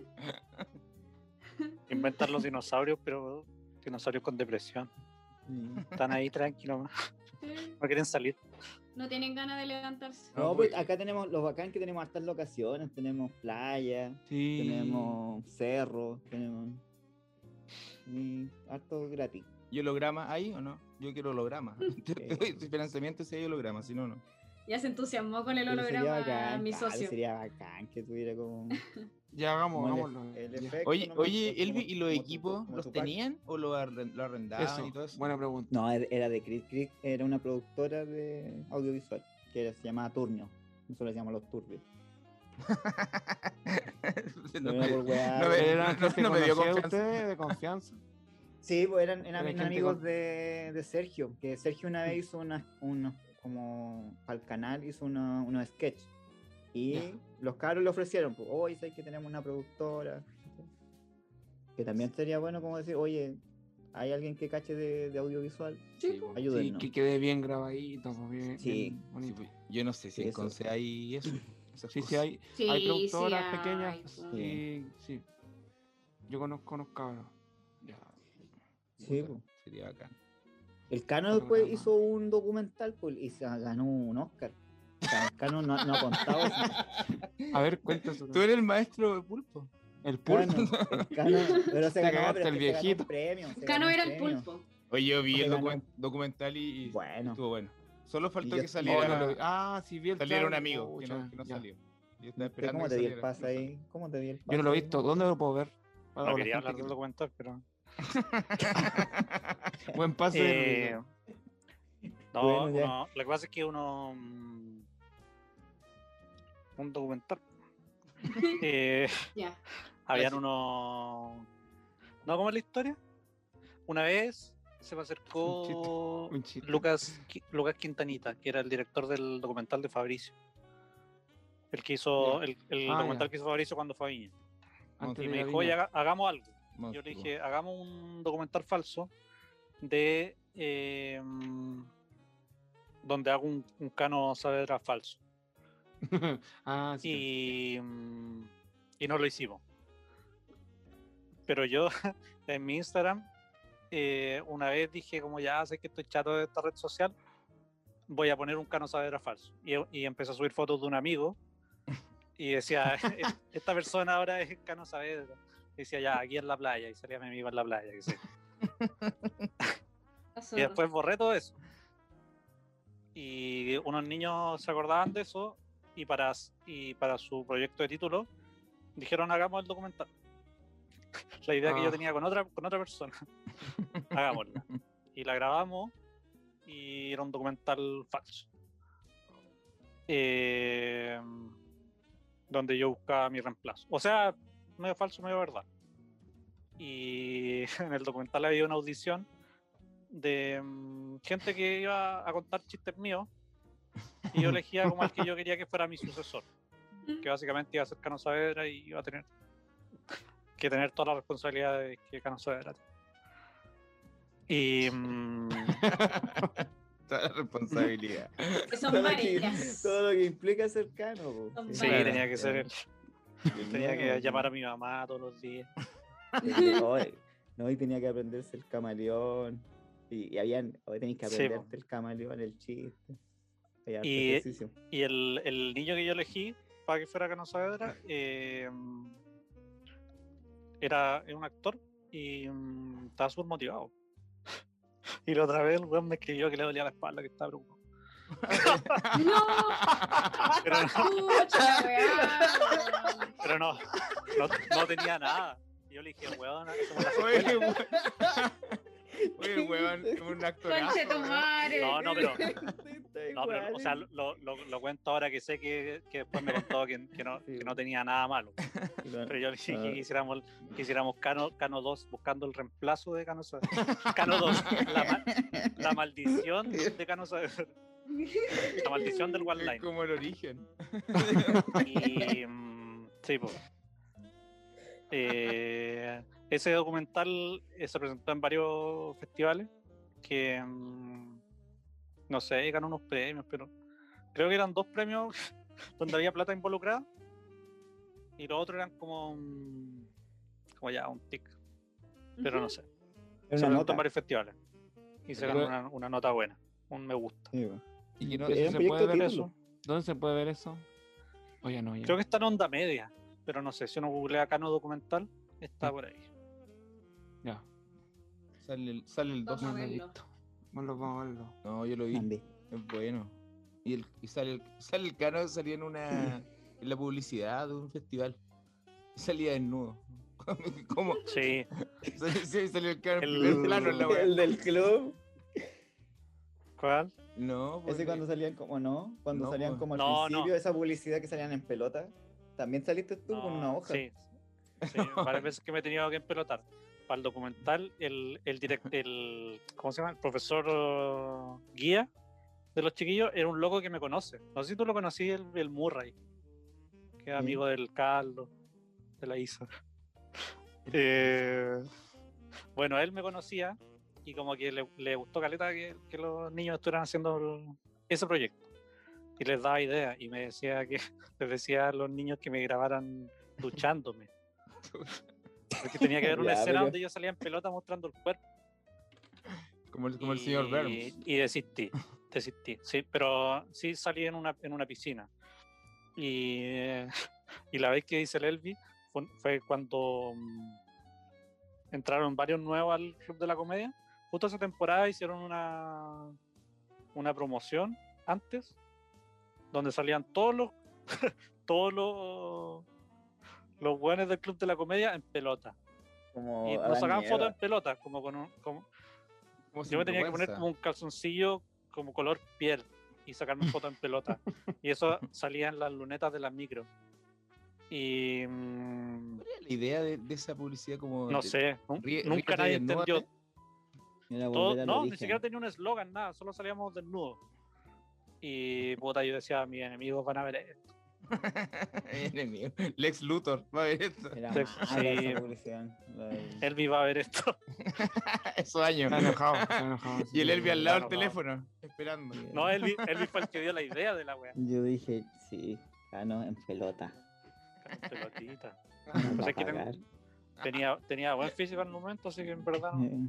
B: Inventar los dinosaurios, pero dinosaurios con depresión.
D: Mm.
B: Están
E: *laughs*
B: ahí tranquilos, no-
C: Sí,
B: no quieren salir.
C: No tienen ganas de levantarse.
D: No,
F: No,
D: pues,
F: pues.
D: acá tenemos los bacán que tenemos hartas locaciones, tenemos playa,
E: Sí.
D: tenemos cerros, tenemos y harto gratis.
F: ¿Y holograma ahí o no? Yo quiero holograma. *laughs* Te doy
D: pues.
F: tu financiamiento si hay holograma, si no, no.
C: Ya se entusiasmó con el
D: Pero sería
C: holograma
D: bacán,
C: mi
D: claro,
C: socio.
D: sería bacán que tuviera como,
E: Ya hagamos,
D: como
E: hagámoslo.
D: el, el
E: Ya.
D: efecto
F: Oye,
D: nomás, pues,
F: oye
D: como-
F: Elvi, ¿y los
D: como tu-
F: equipos
D: como
F: los
D: tu pack.
F: tenían o lo, arren- lo arrendaban y todo
E: Eso,
F: eso? *laughs*
E: buena pregunta.
D: No, er- era de Chris Chris, era una productora de audiovisual, que era- se llamaba Turnio. Nosotros le llamamos los turbios.
F: *laughs* *laughs* no,
D: Pero era
F: me,
D: por weá,
F: no
D: weón.
F: me-
E: Eran gente
F: no me dio
E: conocida de
F: confianza.
E: ustedes, de confianza.
D: Sí, pues eran, eran
E: Era gente
D: amigos
E: con- Mm.
D: de, de Sergio, que Sergio una vez hizo unas, unos, como al canal hizo uno- unos sketch. Y
E: Ya.
D: los cabros le ofrecieron, pues, oye, sabes que tenemos una productora. Que también sería bueno como decir, oye, hay alguien que cache de, de audiovisual,
C: Sí,
F: Sí,
C: po.
F: po.
E: Sí,
D: ayúdennos.
E: que quede bien grabadito, pues, bien,
D: Sí.
E: bien
F: Sí,
E: bonito.
F: pues, yo no sé si
D: Sí,
F: en
D: eso.
F: Conce hay eso. esas
E: Sí, sí,
F: cosas.
E: hay,
C: Sí,
E: hay
C: sí,
E: productoras
C: hay,
E: pequeñas.
C: po.
E: Sí. sí. Yo conozco unos cabros. Ya.
D: Sí,
F: Puta,
D: po.
F: Sería bacán.
D: El Cano después
E: pues. Programa.
D: hizo un documental pues, y se ganó un Oscar. O sea, el Cano no, no ha
E: *laughs*
D: contado. eso.
E: A
F: *laughs*
E: ver, cuéntanos.
F: Tú eres el maestro de pulpo.
E: El
D: Cano,
E: pulpo.
D: el
E: *laughs*
D: Cano, pero se
E: Te
D: ganó,
E: cagaste
D: pero es que se
E: el
D: ganó un
E: viejito.
D: premio, se ganó
C: Cano
D: un
C: era el
D: premio.
C: pulpo.
F: Oye, yo vi el
D: Porque
F: docu-
D: ganó.
F: documental y, y
D: Bueno.
F: estuvo bueno. Solo faltó
D: Y yo-
F: que
E: Oh,
F: saliera,
E: no lo vi. ah, sí, vi el
F: saliera un
E: trailer.
F: amigo, que no,
E: Pucha,
F: que no
E: ya.
F: salió. Yo estaba
D: ¿Pero
F: esperando
D: ¿Cómo
F: que
D: te di el
F: saliera,
D: pase
F: no salió.
D: ahí? ¿Cómo te di el pase?
E: Yo no lo he
D: ahí?
E: visto. ¿Dónde lo puedo ver? Para
B: No
E: la
B: quería
E: gente
B: hablar
E: que
B: del documental, pero.
E: no- Buen pase. de
B: Eh,
E: Rodrigo.
B: no,
D: Bueno, ya.
B: uno- lo que pasa es que uno. mm, Un
E: *laughs*
B: documental. eh,
C: Ya.
B: Habían
F: Gracias.
B: unos. ¿No? ¿Cómo es la historia? Una vez se me acercó
E: Un chiste.
B: Lucas, Qui- Lucas Quintanita, que era el director del documental de Fabricio. El que hizo. El, el
E: Ah,
B: documental
E: ya.
B: que hizo Fabricio cuando fue a Viña.
E: Antes
B: Y
E: de
B: me
E: ir a
B: dijo, oye,
E: Viña. Ah,
B: haga- hagamos algo. Yo
F: Monstruo.
B: le dije, hagamos un documental falso de eh, mm, donde hago un, un cano Saavedra falso.
F: *laughs*
E: ah, sí.
B: Y, mm, y no lo hicimos. Pero yo *laughs* en mi Instagram eh, una vez dije como ya sé que estoy chato de esta red social, voy a poner un cano Saavedra falso. Y, y empecé a subir fotos de un amigo y decía, "Es- esta persona ahora es cano Saavedra. Y decía, ya, aquí en la playa. Y salía mi amigo en la playa. qué sé yo.
C: pasó.
B: Y después borré todo eso. Y unos niños se acordaban de eso y para, s- y para su proyecto de título dijeron hagamos el documental. *laughs* La idea que
E: Ah.
B: yo tenía con otra, con otra persona. Hagámosla. Y la grabamos y era un documental falso. Eh, donde yo buscaba mi reemplazo. O sea, medio falso, medio verdad. Y *laughs* en el documental había una audición de mm, gente que iba a contar chistes míos y yo elegía como el que yo quería que fuera mi sucesor, que básicamente iba a ser Cano Saavedra y iba a tener que tener todas las responsabilidades que Cano Saavedra tiene. Y mm,
F: Toda la
A: *laughs*
F: responsabilidad.
C: Que
D: todo
C: son
D: lo que,
C: varias. *laughs*
D: *laughs* todo lo que implica ser cano. po.
C: Son
B: sí,
C: Claro.
D: eh,
B: tenía que ser él. Tenía
D: Claro,
B: que llamar a mi mamá todos los días.
D: tenía- oye, No, y tenía que aprenderse el camaleón. Y, y habían, hoy tenéis que
B: Sí,
D: aprenderte
B: po.
D: el camaleón, el chiste. Hay harto
B: Y- *laughs*
D: ejercicio.
B: Y el, el niño que yo elegí para que fuera Cano Saavedra eh, era era un actor y mm, estaba súper motivado. Y la otra vez el weón me escribió que le dolía la espalda, que estaba preocupado.
C: ¡No!
B: Pero, *laughs*
C: ¡Pucha, weón!
B: pero no, no, no tenía nada. Y yo le dije, weón, hacemos una
F: Oye,
B: secuela.
F: weón. Oye,
D: *laughs*
F: weón, es un actorazo.
C: ¡Conche tu
F: weón.
C: madre!
B: No, no,
C: *laughs*
B: pero,
D: Está
B: no, pero,
D: igual. eh.
B: o sea, lo, lo, lo cuento ahora que sé que, que después me contó que, que no, que no tenía nada malo. Pero yo le dije
D: Ah.
B: que quisiéramos, el- que hiciéramos Cano, Cano 2 buscando el reemplazo de Cano Saavedra. Cano 2, la, ma- la maldición de Cano Saavedra. La maldición del One
F: Es
B: Line.
F: como el origen.
B: Y, mm, sí, po. Eh, ese documental eh, se presentó en varios festivales que mm, no sé, ganó unos premios, pero creo que eran dos premios *laughs* donde había plata involucrada y los otros eran como mm, como ya un tic, pero no sé.
D: Era
B: Se presentó
D: una nota.
B: en varios festivales y se ganó
F: Pero-
B: una, una nota buena, un me gusta.
D: Sí, bueno.
F: ¿Y no,
D: Era
F: eso
D: un
F: se
D: proyecto
F: puede
D: de
F: ver
D: título.
F: eso? ¿Dónde se puede ver eso? Oye, no, ya.
B: Creo que está en onda media, pero no sé, si uno googlea acá no documental,
D: Mm.
B: está por ahí.
F: Ya.
A: Sale el, sale el 2.
C: Vamos a
F: No lo he
C: verlo.
F: visto. Bueno, vamos a verlo.
A: No, yo lo
D: *laughs*
A: vi.
D: Mandé.
A: Es bueno. Y, el, y sale, el, sale el cano, salía en
F: *laughs*
A: una. en la publicidad de un festival. Salía desnudo. *laughs* ¿Cómo?
B: Sí,
A: Sale- sí, salió el cano en
B: *laughs* El-
A: primer plano en la weá.
D: *laughs* El del club.
B: ¿cuál?
A: No, pues,
D: Ese cuando salían como, ¿no? Cuando
A: No,
D: salían
A: pues.
D: como al
B: No, no.
D: principio, esa publicidad que salían en pelota. También saliste tú con una
B: Ah,
D: hoja.
B: Sí, sí, varias veces que me he tenido que empelotar. Para el documental, el, el, direct, el ¿cómo se llama? El profesor oh, guía de los chiquillos era un loco que me conoce. No sé si tú lo conocí, el, el Murray, que es
D: Sí.
B: amigo del Carlos, de la *laughs* Isa. Eh, bueno, él me conocía y como que le, le gustó Caleta que, que los niños estuvieran haciendo el- ese proyecto. Y les daba ideas y me decía que *laughs* les decía a los niños que me grabaran duchándome. Porque tenía que haber una
D: *laughs* Ya,
B: escena
D: pero-
B: donde yo salía en pelota mostrando el cuerpo.
A: como el, como el señor
B: y-
A: Burns.
B: Y desistí, desistí. Sí, pero sí salí en una, en una piscina. Y, *laughs* eh, y la vez que dice el Elvi fue, fue cuando mm, entraron varios nuevos al Club de la Comedia. Justo esa temporada hicieron una, una promoción antes donde salían todos los *laughs* todos los los buenos del Club de la Comedia en pelota.
D: Como
B: Y
D: Oh,
B: nos
D: a la
B: sacaban
D: mierda.
B: fotos en pelota, como con un, como,
A: Como
B: yo me tenía que poner
A: sinvergüenza.
B: como un calzoncillo como color piel y sacarme foto en pelota. Y
D: *laughs*
B: eso salía en las lunetas de las micro. Y mm,
A: ¿Cuál era la idea de, de esa publicidad como.
B: no
A: de- *laughs*
B: sé, nu-
A: ríe-
B: nunca
A: ríete
B: nadie
A: desnúdate?
B: entendió.
D: Era
B: todo-
D: volver al
B: no, ni
D: origen.
B: siquiera tenía un eslogan, nada, solo salíamos desnudos. Y puta, yo decía, mis enemigos van a ver esto.
A: Enemigo. Lex Luthor. Va a ver esto. *laughs*
B: *laughs*
D: Era
B: Sí.
D: mala esa publicidad. la del-
B: Elvi va a ver
D: *laughs*
B: esto.
A: Esos años.
F: Está
B: Ah,
F: enojado, está enojado.
A: Y el Elvi al lado del
B: Está enojado.
A: teléfono. Esperando.
B: No, Elvi, Elvi fue el que dio la idea de la
D: *laughs*
B: wea.
D: Yo dije, sí, gano en pelota.
B: Pelotita.
D: No,
B: Pues aquí tengo- Tenía, tenía buen físico en el momento, así que en verdad
D: *laughs*
B: no.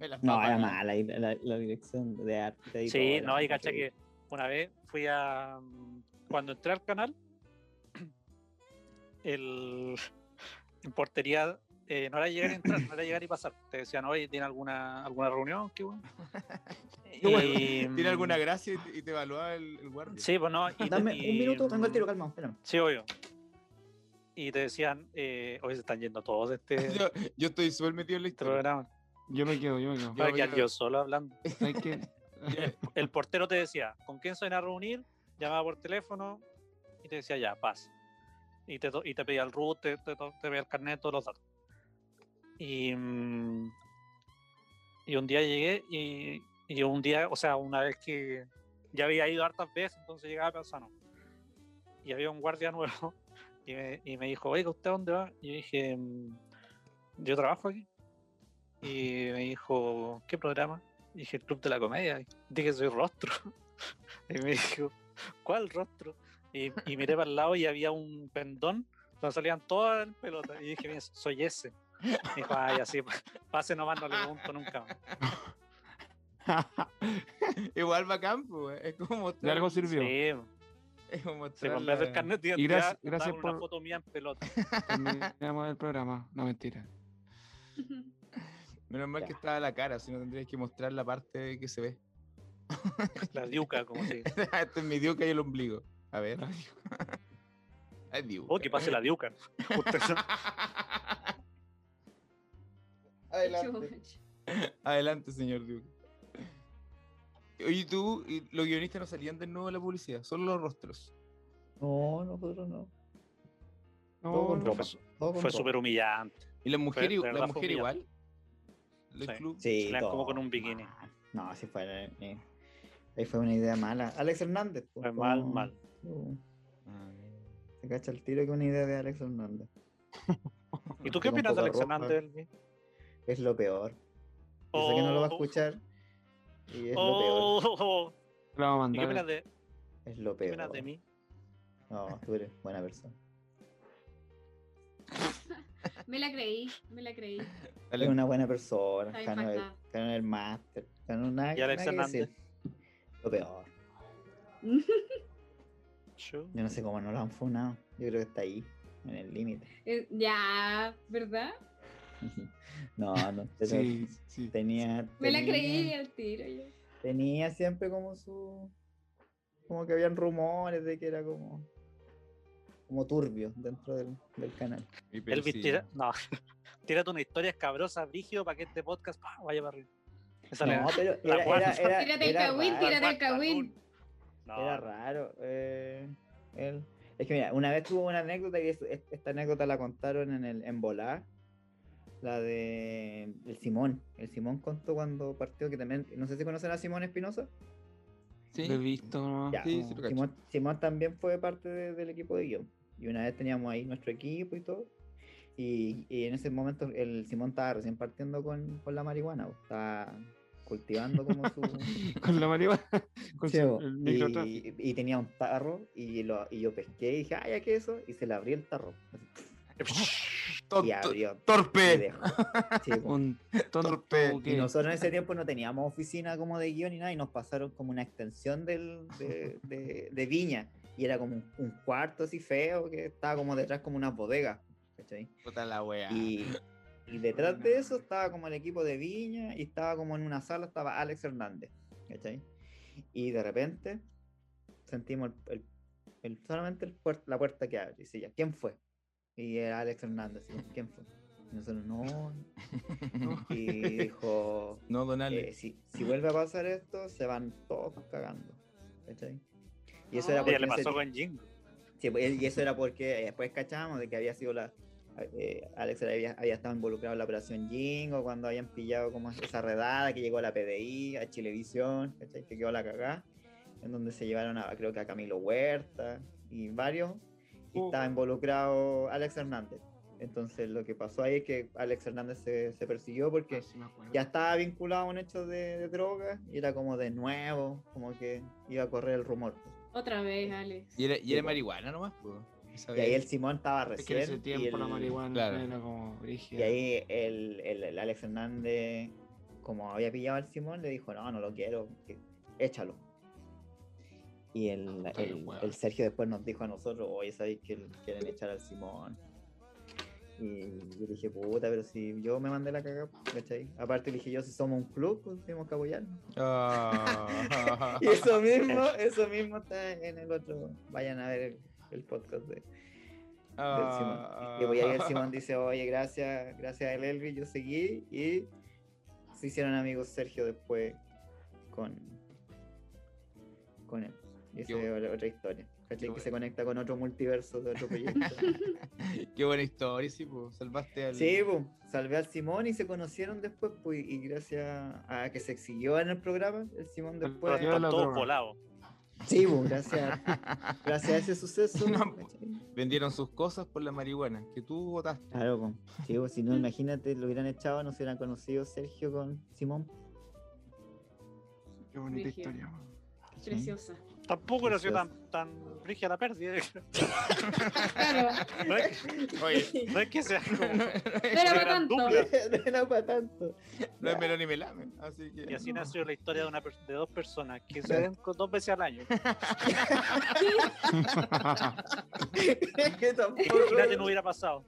A: Me las
D: Eh, No,
A: papas,
D: era mala y la, la dirección de arte. y todo,
B: Sí,
D: era
B: no, y
D: mala,
B: caché que una vez fui a. mm, Cuando entré al canal, *clears throat* el, *laughs* en portería eh, no era llegar y entrar, no era llegar y pasar. Te decían, oye, ¿tiene alguna, alguna reunión? Qué
A: *laughs*
B: bueno.
A: Qué bueno. ¿Tiene
B: mm,
A: alguna gracia y te, y te evaluaba el, el guardia?
B: Sí, pues no. y-
D: Dame
B: y,
D: un minuto, tengo el tiro
B: mm,
D: calmado, espérame.
B: Sí, obvio. Y te decían, eh, hoy se están yendo todos de este
A: Yo, yo estoy súper metido en la historia.
B: programa.
F: Yo me quedo, yo me quedo.
B: Voy a
A: me
B: quedar
A: quedo-
B: yo solo hablando.
F: ¿Sabes qué?
B: el portero te decía, ¿con quién se van a reunir? Llamaba por teléfono y te decía, ya, pasa. Y te, to- y te pedía el root, te, te to- te pedía el carnet, todos los datos. Y, mm, y un día llegué y, y un día, o sea, una vez que ya había ido hartas veces, entonces llegaba pensando. Y había un guardia nuevo *laughs* y me, y me dijo, oiga, ¿usted dónde va? Y yo dije, "Mm, yo trabajo aquí. Y me dijo, ¿qué programa? Y dije, el Club de la Comedia. Y Dije, soy rostro. *laughs* Y me dijo, ¿cuál rostro? Y, y
D: *laughs*
B: miré para el lado y había un pendón donde salían todas las pelotas. Y dije, "Mira, soy ese. Y dijo, ay, así, *laughs* pase nomás, no le pregunto nunca. más".
A: Igual va a campo. Es como
F: De
A: mostrar.
F: algo sirvió.
B: Sí,
D: pues,
A: Es como
B: sí,
A: mostrar
B: con vez del
A: la-
B: carnet de
F: Y
B: identidad,
F: gracias- gracias
B: estaba con una
F: por-
B: foto mía en pelota.
F: Terminamos el programa. No, mentira.
A: Menos mal que
D: Ya.
A: estaba la cara, si no tendrías que mostrar la parte que se ve.
B: La diuca, como se dice.
A: Este es mi diuca y el ombligo. A ver. *laughs* Ay, diuca.
B: Oh, que pase la diuca.
D: *laughs*
B: Justo *laughs* eso.
D: Adelante.
A: Adelante, señor Duke. Oye, tú, y los guionistas no salían de nuevo a la publicidad, solo los rostros.
D: No, nosotros no. Todo
F: No,
D: con
F: no,
B: fue
D: ropa.
B: su-
D: todo con
B: Fue
D: ropa.
B: súper humillante.
A: ¿Y las mujeres
B: de
A: igual?
B: verdad
A: ¿La
B: fue
A: mujer igual? ¿Del
B: Sí.
A: club?
D: Sí,
B: Se la dan como
D: todo
B: con un bikini.
D: mal. No, sí fue. eh, ahí fue una idea mala. Alex Hernández. pues,
B: Fue mal,
D: como-
B: mal.
D: Uh,
A: Ah,
D: se cacha el tiro que una idea de Alex Hernández.
B: ¿Y tú qué
D: Con
B: opinas de
D: poca
B: Alex
D: ropa.
B: Hernández, Elvi?
D: Es lo peor. Yo sé que no lo va a
B: Oh,
D: escuchar. Y es
B: oh, oh, oh.
F: la vamos a
B: ¿Y qué
F: mandar.
B: opinas de,
D: lo peor. Es lo
B: qué
D: peor.
B: opinas de mí?
D: No, tú eres buena persona.
C: Me la creí, me la creí.
A: dale.
D: Es una buena persona.
C: Está
D: Ganó el,
C: impactada.
D: ganó el máster. Ganó nada.
B: ¿Y Alex
D: nada que
B: Hernández?
D: decir. Lo peor.
B: Chu.
D: Yo no sé cómo no lo han funado. Yo creo que está ahí, en el límite. *laughs*
C: Eh, ya, ¿verdad?
D: no, no. pero
F: Sí, sí.
D: Tenía.
C: Me la
D: tenía-
C: creí al tiro. yo.
D: Tenía siempre como su. Como que habían rumores de que era como. Como turbio dentro del, del canal.
A: Y pero
B: Elvis,
A: sí.
B: tira, no. *laughs* tírate una historia escabrosa, brígido, para que este podcast pa, vaya para arriba. Me sale-
D: No, pero
B: *laughs* La
D: era,
B: guarda.
D: era, era,
C: Tírate el
D: era
C: cagüín,
D: raro.
C: tírate el
B: Juan
C: cagüín.
B: No,
D: Era raro. eh, él- Es que mira, una vez tuvo una anécdota y es- es- esta anécdota la contaron en el en Volá, la de el Simón. El Simón contó cuando partió que también, no sé si conocen a Simón Espinosa.
A: Sí.
F: Lo he visto, ¿no?
D: Ya,
A: sí, sí lo cacho.
D: Simón, Simón también fue parte de- del equipo de guión. Y una vez teníamos ahí nuestro equipo y todo. Y, y en ese momento el Simón estaba recién partiendo con, con la marihuana. po. Estaba cultivando como
A: *laughs*
D: su,
F: Con la marihuana. *laughs* Con
D: Sí,
F: su,
D: bo.
F: el microtráfico.
D: y, y tenía un tarro y, lo, y yo pesqué y dije, ay, ¿a qué es eso? Y se le abrió
A: *laughs*
D: el tarro. así,
A: Tonto-
D: y abrió. Y,
A: torpe.
D: dejó. Sí, po.
F: Un tonto
A: Torpe.
F: que-
D: Y nosotros en ese tiempo no teníamos oficina como de guión ni nada y nos pasaron como una extensión del, de, de- de viña. Y era como un, un cuarto así feo que estaba como detrás como una bodega. ¿cachai?
A: Puta la wea.
D: Y, y detrás de eso estaba como el equipo de Viña y estaba como en una sala, estaba Alex Hernández. ¿cachai? Y de repente sentimos el, el- el- solamente el puer- la puerta que abre. Y decía, ¿quién fue? Y era Alex Hernández. así como, ¿Quién fue? Y nosotros, no. Y dijo,
A: no, don
D: eh,
A: Alex.
D: si, si vuelve a pasar esto, se van todos cagando. ¿cachai? Y eso
C: No.
D: era
B: Ah.
C: Ya
D: porque
B: Ya le
D: en ese
B: pasó con Jingo.
D: Sí, pues, y eso era porque eh, después cachábamos de que había sido la. eh, Alex había, había estado involucrado en la operación Jingo, cuando habían pillado como esa redada que llegó a la PDI, a Chilevisión, ¿cachai? que quedó la cagá, en donde se llevaron a, creo que a Camilo Huerta y varios, y
F: Oh.
D: estaba involucrado Alex Hernández. Entonces lo que pasó ahí es que Alex Hernández se, se persiguió porque
F: Ah, sí me acuerdo.
D: ya estaba vinculado a un hecho de, de droga y era como de nuevo, como que iba a correr el rumor. pues.
C: Otra vez, Alex.
A: Y era, y era
D: sí,
F: eh,
D: po.
A: marihuana nomás, pues. po. Esa
D: Y ahí
A: vez.
D: el Simón estaba recién.
F: Pues, Es que en ese
D: y
F: tiempo la
D: el-
F: marihuana
A: Claro.
F: era como
D: Y
F: brígida.
D: ahí el, el- el Alex Hernández, como había pillado al Simón, le dijo, no, no lo quiero, que- échalo. Y el,
F: Ah, Está bien,
D: el,
F: weón.
D: el Sergio después nos dijo a nosotros, oye, ¿sabéis que l- quieren echar al Simón? Y yo dije, puta, pero si yo me mandé la cagada, ¿cachai? Aparte le dije yo, si somos un club, pues tenemos que apoyarnos.
A: Ah.
D: Y eso
F: *laughs*
D: mismo, eso mismo está en el otro. Vayan a ver el, el podcast de, del Simón. *laughs* Y voy a
A: Ah.
D: ir, Simón dice, oye, gracias, gracias a Elvi, yo seguí y se hicieron amigos Sergio después con, con él. Y esa
A: Qué bu-
D: es otra- otra historia. ¿Cachai?
A: qué
D: Que
A: bueno.
D: se conecta con otro multiverso de otro
A: *laughs*
D: proyecto.
A: Qué buena historia, sí, po. Salvaste al.
D: sí, pues, salvé al Simón y se conocieron después, pues, y gracias a que se exigió en el programa, el Simón
F: Pero
D: después.
F: yo-
B: Están
F: la
B: todos
F: droga.
B: volados.
D: Sí, pues, gracias, gracias a ese suceso.
A: *laughs* No,
D: ¿cachai?
A: Vendieron sus cosas por la marihuana que tú votaste.
D: Claro, po. Sí, po,
B: *laughs*
D: si no, imagínate, lo hubieran echado, no se hubieran conocido Sergio con Simón.
F: Qué bonita
C: Brígido.
F: historia. weón.
C: Preciosa.
B: Tampoco nació
D: Precioso.
B: tan, tan brígida la pérdida. *laughs*
C: Claro,
B: No es,
A: Oye,
B: no es que
D: *laughs*
B: sea como.
C: pero
B: Gran
C: para tanto.
B: dupla.
D: *laughs* no para
B: *laughs*
D: tanto.
A: no es melón ni melame. Así que.
F: *laughs*
B: Y así nació la historia de, una, per- de dos personas que se ven con- dos veces al año. *laughs*
D: Es que tampoco.
B: Imagínate, no hubiera pasado.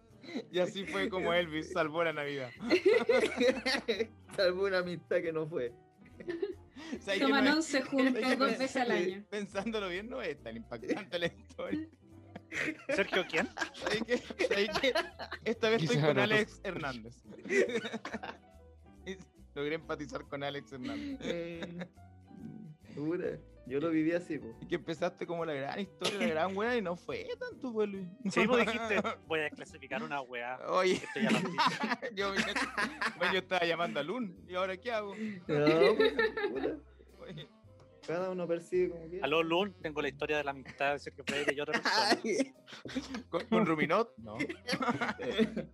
F: Y así fue como Elvis salvó la Navidad. *laughs*
D: *laughs* Salvo una amistad que no fue.
F: O sea, que no
C: Toman
F: es-
C: once juntos dos veces al
B: *laughs*
C: año.
F: Pensándolo bien, no es tan impactante la historia.
B: Sergio, ¿quién?
F: ¿Sabes qué? ¿Sabes
B: *laughs*
F: qué? Esta vez estoy con
E: Quizá
B: pues.
E: no.
F: Alex Hernández. *laughs* Y Logré empatizar con Alex Hernández.
B: Eh.
D: Dura. Yo lo viví así,
B: *laughs*
D: po.
F: Y que empezaste como la gran historia, la gran buena, y no fue tanto, pues, Luis.
B: Sí, vos dijiste, voy a clasificar una weá.
F: *laughs* Oye, *laughs*
B: Esto ya lo han dicho.
F: yo, bueno, yo estaba llamando a Lun, ¿y ahora qué hago?
D: No, pues, puta,
F: Oye,
D: Cada uno percibe como quiere.
B: Aló, Lun, tengo la historia de la amistad de Sergio Freire y otra persona.
D: Ay,
F: ¿Con, con Ruminot?
B: *laughs*
F: No.
D: *laughs* puta, Este,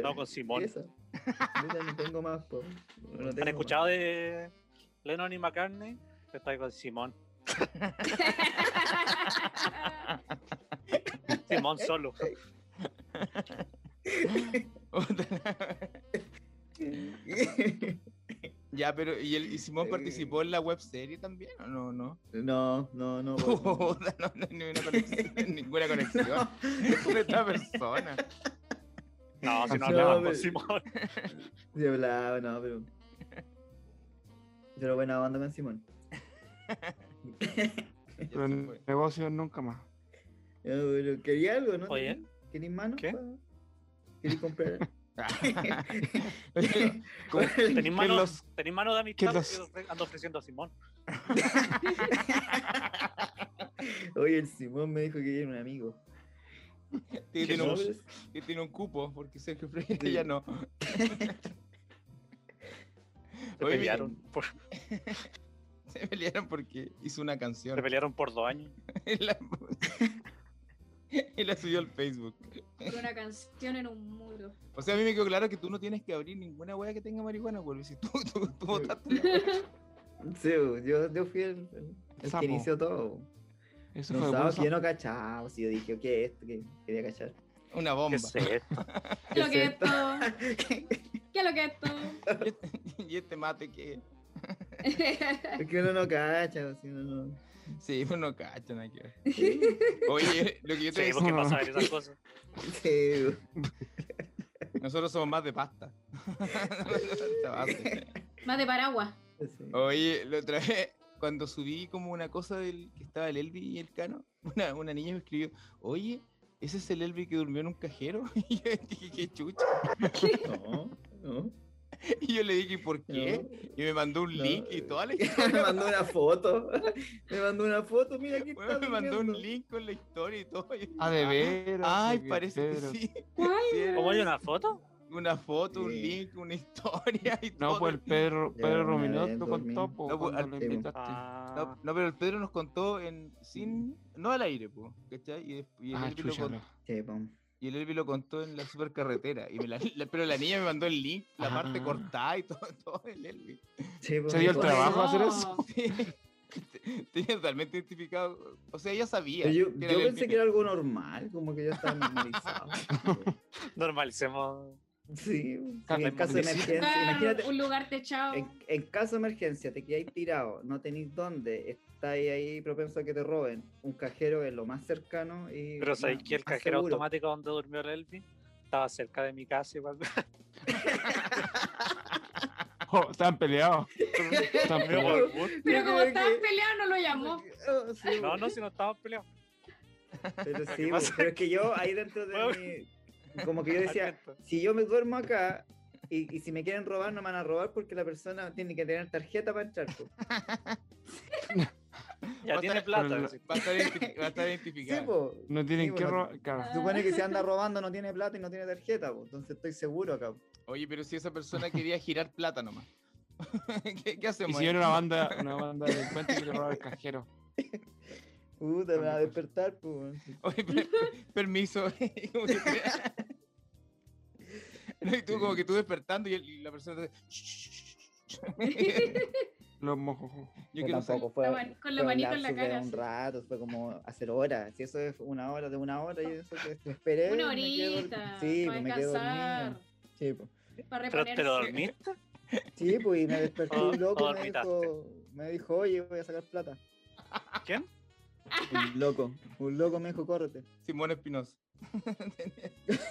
B: No, con Simón.
D: esa. Puta, no tengo más, po. No tengo más.
B: ¿Han escuchado de Lennon y McCartney? Estoy con Simón.
D: *laughs* ¿Eh?
B: Simón solo.
F: ya, pero, ¿y, el, y Simón participó en la webserie también o no? No,
D: *laughs* No, no, no. po.
B: *laughs*
F: *laughs* Puta, no, no hay ninguna conexión.
D: *laughs*
F: ninguna conexión con esta persona.
B: No, si no
D: No,
F: *laughs*
B: hablamos
D: pero-
B: con Simón.
D: Se hablaba, no, pero. Pero buena banda con Simón.
F: Ya
E: *laughs*
F: se
E: Pero
D: *laughs*
F: fue.
E: en negocios nunca
F: *laughs*
E: más.
D: Ya, pero Quería algo, ¿no?
B: Oye.
D: ¿Queréis mano?
B: ¿Qué?
D: pa? ¿Queréis
E: *laughs*
D: comprar?
F: Como-
B: Tenéis mano,
F: los-
B: tenís mano de amistad,
E: que los-
B: porque yo ando ofreciendo a Simón.
D: Oye, el Simón me dijo que era un amigo.
F: que tiene,
D: No,
F: un,
D: pero-
F: que tiene un cupo, porque Sergio Freire ya
D: *laughs*
F: no.
B: Se
F: Oye,
B: pelearon, por, se
F: Se pelearon porque hizo una canción.
B: pelearon por dos años.
F: *laughs* y la, *laughs* y la subió al Facebook.
C: Por una canción en un muro.
F: O sea, a mí me quedó claro que tú no tienes que abrir ninguna wea que tenga marihuana, güey. Si tú, tú, tú votaste la wea.
D: Sí, bo, yo, yo fui el, el- el
E: Sapo.
D: que inició todo. bo.
E: Eso
D: No
E: fue
D: sabes
E: puro
D: que yo no cachaba. bo, Si yo dije, ¿qué es esto? ¿Qué quería cachar? *laughs*
F: una bomba.
B: ¿Qué sé?
C: ¿Qué es lo que es
D: esto?
C: esto? ¿Qué es lo que es esto?
F: Y este- *laughs* Y este mate que.
D: Es que uno no cacha. bo, Si uno no...
F: Sí, *laughs* pues no cacha, nada que ver.
B: *laughs*
F: Oye, lo que yo te
B: Sí,
F: digo,
B: ¿por qué
E: no.
B: pasa ver esas
F: *laughs*
B: cosas?
D: Sí, bo.
F: nosotros somos más de pasta. *laughs* Esa base.
C: *laughs* Más de paraguas.
D: Sí.
F: Oye, la otra vez, cuando subí como una cosa del que estaba el Elvi y el Cano, una, una niña me escribió, oye, ¿ese es el Elvi que durmió en un cajero? *laughs* Y yo dije, qué chucha.
D: No, no.
F: Y yo le dije, "¿Y ¿por qué? Y me mandó un
D: No.
F: link y toda
E: *laughs*
F: la
D: no. *laughs* me mandó una foto. *laughs* Me mandó una foto. Mira, aquí
F: Bueno,
D: está.
F: me mandó un
D: durmiendo.
F: link con la historia y todo. y-
E: Ah, de veras.
F: Ay,
E: qué
F: parece que
E: pedro.
F: sí.
C: ¿Cuál?
F: Sí, era
B: ¿Cómo hay una foto?
F: Una foto, un
D: Sí.
F: link, una *laughs* historia y todo.
E: No, pues el Pedro,
D: Ya,
E: Pedro
D: una
E: Ruminot
D: vez
E: lo
D: dormí.
E: contó, po,
F: No, pues,
E: cuando
D: al-
E: lo invitaste.
F: No,
B: Ah,
F: no, pero el Pedro nos contó en
D: Mm.
F: sin no al aire, po, ¿cachai? Y, des- y el
E: Ah,
F: Elvi lo
E: chucha,
F: contó.
E: no.
F: *laughs*
D: Sí, po.
F: Y el Elvi lo contó en la supercarretera. Y me la- la- pero la niña me mandó el link, la parte
E: Ah.
F: cortada y todo, *laughs* todo el Elvi.
D: Sí, po,
E: Se dio el
D: po.
E: trabajo a hacer
C: No.
E: eso.
F: Sí. *laughs* Te- Tenía totalmente identificado. O sea, ella sabía.
D: Pero Yo,
F: que era
D: yo
F: el
D: pensé
F: Elvi.
D: que era algo normal, como que yo estaba
F: *laughs*
D: normalizado.
B: normalicemos.
D: Sí, sí,
E: Carla
D: en caso de
E: inmundicida.
D: emergencia,
C: Ah,
D: imagínate,
C: un lugar techado.
D: En, en caso de emergencia, te quedáis tirado, no tenéis dónde, estáis ahí propenso a que te roben. Un cajero es lo más cercano y.
B: Pero sabéis
D: más-
B: que el
D: más
B: cajero
D: seguro.
B: automático donde durmió el Elvi estaba cerca de mi casa igual.
E: Oh, estaban peleados. *laughs* Estaban
B: Pero
E: peleados.
B: *laughs* por gusto.
D: Yo
C: Pero como
D: creo
C: estaban
D: que-
C: peleados, no lo llamó.
D: Oh, sí,
B: No, no, si no estábamos peleados.
D: Pero
B: que
D: sí, bo,
B: pasa
D: pero es que yo ahí dentro
B: Bueno.
D: de mi. Como que yo decía, si yo me duermo acá y, y si me quieren robar, no me van a robar porque la persona tiene que tener tarjeta para entrar. po.
F: Va
B: Ya
F: a
B: tiene
F: estar-
B: plata.
E: pero
B: sí.
F: Va a estar, identifi- va a estar
D: *laughs* Sí,
F: identificada.
D: po.
E: No tienen
D: Sí,
E: que
D: bueno, Ah.
E: robar. claro.
D: Se supone que si anda robando no tiene plata y no tiene tarjeta, po, entonces estoy seguro acá. po.
F: Oye, pero si esa persona quería girar plata nomás. *laughs* ¿Qué, qué
E: Y
F: hacemos?
E: si
F: ahí?
E: era una banda, una banda de delincuentes que le robaba el cajero.
D: Puta, me va a
E: Maldito.
D: despertar, pues.
F: Oye, per- permiso. *laughs* Como que
D: *laughs*
F: te- no, y tú como que tú despertando y, el- y la persona te
C: *laughs*
E: Los mojos.
F: Yo
D: Yo
F: quiero saber.
D: tampoco fue,
C: La man- con la
D: fue un
C: manito en la
D: lapsus de
C: cara,
D: un
C: sí.
D: rato, fue como hacer horas. Si eso es una hora de una hora, yo eso que me esperé.
C: Una
D: me quedé dormi-
C: horita.
D: Sí,
C: para
D: pues me quedé dormido.
C: descansar.
D: Sí, pues.
C: Para
B: Pero
C: reponerse.
B: te lo dormí.
D: Sí, pues, y me despertó
B: O-
D: un
B: o
D: loco y me
B: dormitaste.
D: dijo, me dijo, oye, voy a sacar plata.
B: ¿Quién?
D: Un loco, un loco me dijo, córrete.
F: Simón Espinosa. *laughs*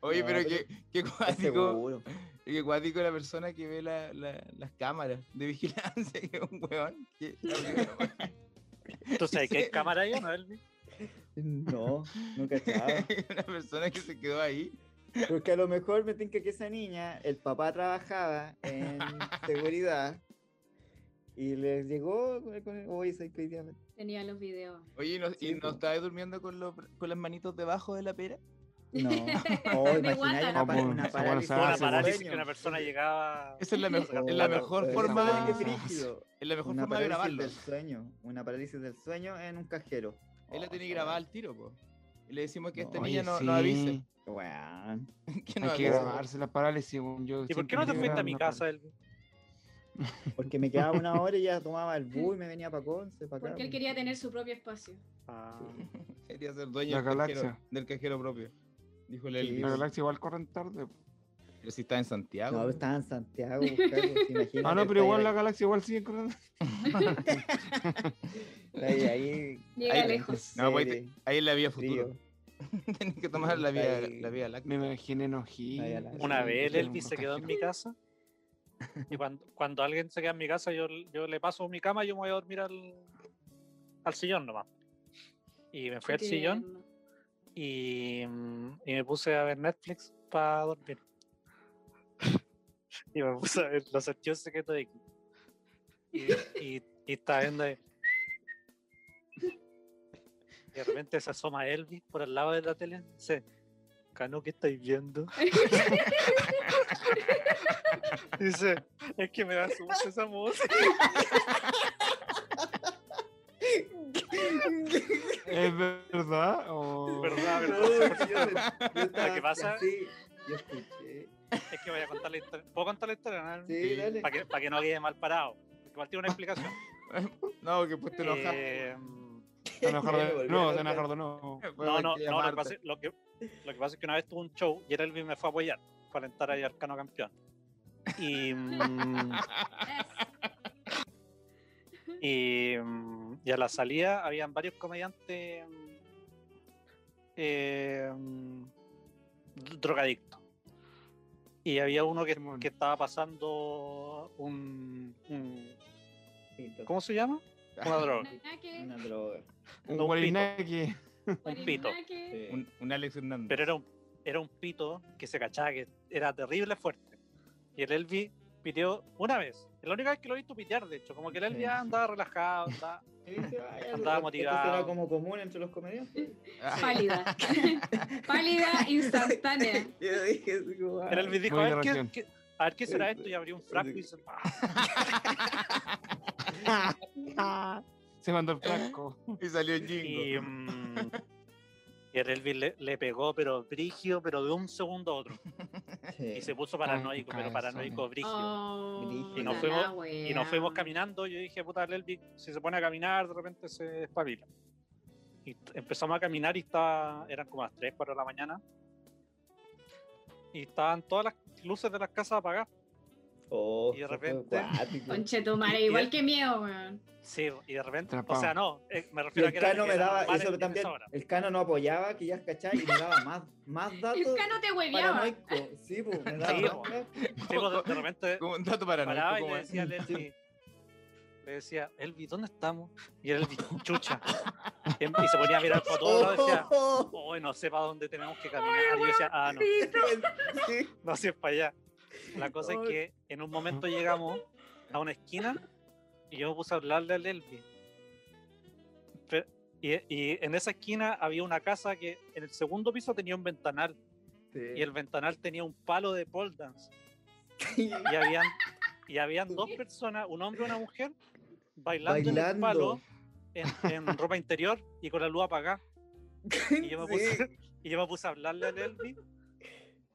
F: Oye,
D: No,
F: pero
D: pero-
F: qué, qué *laughs*
D: Es
F: cuático,
D: seguro.
F: qué cuático la persona que ve la- la- las cámaras de vigilancia, *laughs* que es un weón. que-
B: ¿Tú sabes que
D: *laughs*
F: Sí.
B: hay cámara ahí o no, Elvi?
D: No, nunca estaba.
F: *laughs* una persona que se quedó ahí.
D: Porque a lo mejor me tinca que esa niña, el papá trabajaba
F: *laughs*
D: en seguridad y les llegó con el- con el- oye, soy que hoy día me-
C: Tenía los videos.
F: Oye, ¿y no,
D: Sí,
F: y no
D: po.
F: estabas durmiendo con, los bra- con las manitos debajo de la pera? *laughs*
D: No.
C: De
D: Oh, imagináis
C: guata.
D: una, pa-
E: Como-
D: una
E: como
D: parálisis.
E: Ah,
B: una
E: seguro.
B: parálisis
D: del
B: que una
D: sueño.
B: persona llegaba.
F: Esa es la, mejo-
D: Oh,
F: es la mejor
D: esa
F: forma,
D: weá, qué
F: es
D: brígido.
F: la mejor
D: Una
F: forma
D: parálisis
F: de grabarlo.
D: del sueño. Una parálisis del sueño en un cajero.
F: Él la
D: Oh,
F: tiene
D: esa
F: grabada
D: weá.
F: al tiro, po. Y le decimos que esta
E: Oye,
F: niña no,
E: sí,
F: no avise. *laughs*
D: Weón.
F: Que no
E: Hay que
F: avise.
E: grabarse la parálisis. weón, Yo
B: ¿Y por qué
E: siempre
B: no te
E: quise
B: fuiste a
E: grabar
B: mi
E: una
B: casa, Elvi?
D: Porque me quedaba una hora y ya tomaba el bus y me venía para Conce, para acá.
C: Porque él
D: pues.
C: quería tener su propio espacio.
B: Ah,
F: Quería ser dueño
E: La
F: del cajero,
E: galaxia.
F: del cajero propio. Dijo el
D: Sí,
F: Elvis.
E: La galaxia igual corren tarde.
F: Pero si está en Santiago.
D: No, pero estaba en Santiago, pues, Carlos, imagínate,
E: Ah, no,
D: está
E: pero
D: ahí-
E: igual la galaxia igual sigue corriendo.
D: está ahí, ahí,
C: Llega
F: Ahí-
C: lejos.
F: No, pues,
D: serie,
F: ahí es la vía
D: frío.
F: futuro. *laughs* Tienes que tomar la
D: Está
F: vía,
D: ahí.
F: la vía láctea.
E: Me imaginé enojito.
D: Ay, a la-
B: Una
D: Sí,
B: vez el
E: era
B: Elvis
E: un
B: se quedó en mi
E: cajero.
B: casa. Y cuando, cuando alguien se queda en mi casa, yo, yo le paso mi cama y yo me voy a dormir al, al sillón nomás. Y me fui al sillón
C: Tierno.
B: y, mm, y me puse a ver Netflix para dormir. *laughs* y me puse a ver Los Archivos Secretos de X. Y, y, y estaba viendo. ahí. Y de repente se asoma Elvis por al lado de la tele. y Dice: Cano, ¿qué estáis viendo? *laughs*
C: *laughs*
B: Y dice: Es que me da susto esa música.
E: ¿Es verdad? o-
B: ¿Verdad,
D: No,
B: verdad?
D: yo
C: *laughs*
D: me- yo estaba
B: que pasa-
D: así, yo escuché.
B: Es que voy a contar la historia. ¿Puedo contar la historia? No?
D: Sí, dale.
B: Para que, pa' que no quede mal parado. Igual tiene una explicación.
F: No, que después te enojas.
B: Eh,
E: Te van a dejar
D: Me
E: de-
D: volví a
E: No, te van a
D: enojar.
E: dejar de
F: Bueno,
E: nuevo.
B: no, no,
F: Pues, que
B: no, lo que,
F: llamarte.
B: pasa, lo, que, lo que pasa es que una vez tuve un show y Elvis me fue a apoyar para entrar ahí al Cano Campeón. Y, mm, y, mm, y a la salida habían varios comediantes mm, eh, mm, dro- drogadictos. Y había uno que,
E: Simón.
B: que estaba pasando un, un-
D: Pito,
B: ¿Cómo se llama? Una *laughs* droga.
C: Guarinaque,
D: Una droga.
E: Un
B: No, un pito.
E: guarinaki.
B: Un pito.
C: guarinaque.
D: Sí.
F: Un, un Alex Hernández.
B: Pero era un, era un pito que se cachaba que era terrible fuerte. Y el Elvi piteó una vez. Es la única vez que lo he visto pitear, de hecho. Como que el Elvi
D: Sí.
B: andaba relajado, andaba-
D: Y dije, "Ay, algo-
B: Andaba
D: esto será
B: motivado.
D: como común entre los comediantes.
F: *laughs* Ah,
D: *laughs*
C: Pálida. Pálida *laughs* instantánea.
D: Yo dije, así como, ah,
B: El Elvi dijo,
E: Muy
B: a ver, qué,
E: reacción.
B: qué- a ver qué será esto. Y abrió un frasco y dice, "Ah".
E: Se mandó el frasco.
F: y salió
B: *laughs*
F: Jingo.
B: y, mm, y el Elvi le, le pegó, pero brigio, pero de un segundo a otro.
D: "Ah".
B: Y se puso
E: Ah,
B: paranoico, pero
E: cabezones.
B: paranoico brigio.
C: Oh,
D: Y
B: nos
C: la
B: fuimos-
C: wea.
B: Y nos fuimos caminando. Yo dije, puta, el Elvi, si se pone a caminar, de repente se espabila. Y t- empezamos a caminar y estaba, eran como las 3, 4 de la mañana. Y estaban todas las luces de las casas apagadas.
D: Oh,
B: Y de
D: eso fue
B: repente-
D: acuático.
C: Conchetumare, igual que miedo, weón.
B: Sí, y de repente.
E: Atrapado.
B: O sea, no, eh, me
D: Y
B: refiero a
D: el
B: que era-
D: cano me
B: era
D: daba,
B: normal en-
D: eso
B: en
D: también,
B: esa hora.
D: el cano no apoyaba, que ya es cachai, y me daba más, más
C: El
D: datos
C: cano te hueveaba.
D: paranoico. Sí, pues, me daba
B: Sí,
D: más
B: po.
D: weas.
B: Sí, pues, de- de
D: *laughs*
B: repente
F: Como un dato para
B: paraba y
F: nosotros.
B: le decía al
D: Sí.
B: Elvi, le decía, Elvi, ¿dónde estamos? Y el Elvi,
D: *laughs*
B: chucha. Y y se ponía a mirar para todos lados y decía,
D: Oh,
B: hoy no sé para dónde tenemos que caminar. Y yo decía, ah, no.
D: sí.
B: no si es para allá. La cosa es
D: Ay.
B: que en un momento llegamos a una esquina y yo me puse a hablarle al Elvi. Pe- Y, y en esa esquina había una casa que en el segundo piso tenía un ventanal y el ventanal tenía un palo de pole dance y habían, y habían dos personas, un hombre y una mujer, bailando, en el palo en, en ropa interior y con la luz apagada. Y yo me
D: *laughs*
B: puse, y yo me puse a hablarle al Elvi,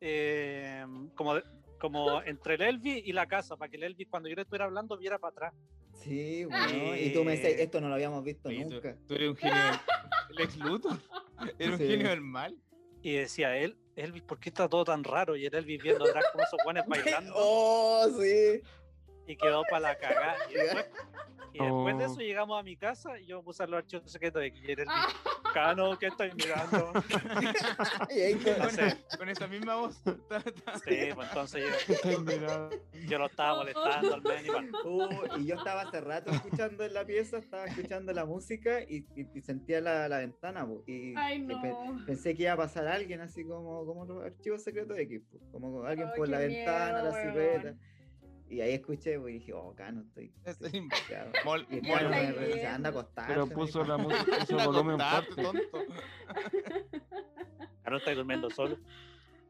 B: eh, como, de- como entre el Elvi y la casa, para que el Elvi, cuando yo le estuviera hablando, viera para atrás.
D: Sí, bueno,
B: Ah.
D: y tú me decías, esto no lo habíamos visto
F: Oye, tú-
D: nunca.
F: Tú eres un genio. del- *laughs* Lex Luthor. Era un
D: Sí.
F: genio del mal.
B: Y decía él, Elvis, ¿por qué está todo tan raro? Y el Elvis viendo atrás como
C: *laughs*
B: esos guanes bailando
D: *laughs* Oh, sí.
C: *laughs*
B: y quedó para la cagada. Y después, y Y después de
E: Oh.
B: eso llegamos a mi casa y yo me puse a los archivos secretos de Guillermo.
C: Ah.
B: Cano, ¿qué estoy
C: *laughs*
B: mirando?
D: Y ahí
B: *laughs*
D: que-
B: No sé.
F: Con esa misma voz. *laughs* Ta, ta.
B: Sí, pues entonces
E: Estoy mirando.
B: yo, yo lo estaba molestando al menos. igual.
D: Uh, y yo estaba hace rato escuchando en la pieza, estaba escuchando la música y, y- y sentía la, la ventana. po, y,
C: Ay,
D: y
C: no.
D: pe- pensé que iba a pasar alguien así como, como los archivos secretos de X, po, como alguien
C: Ay,
D: por
C: qué
D: la ventana,
C: miedo,
D: la
C: weón.
D: silueta. Y ahí escuché po, y dije, oh, acá no estoy. *laughs*
F: Estoy
D: estoy pillado".
F: Mol,
D: Y el
C: ¿Qué
D: Cano
F: mol.
D: me
C: estáis
D: decía,
C: viendo?
D: anda a acostarse",
E: Pero
D: me
E: puso
D: dijo.
E: la música,
F: *laughs*
E: puso
F: Anda
E: el
F: a
E: volumen
F: acostarte,
E: fuerte.
F: tonto.
B: Cano, estoy durmiendo solo.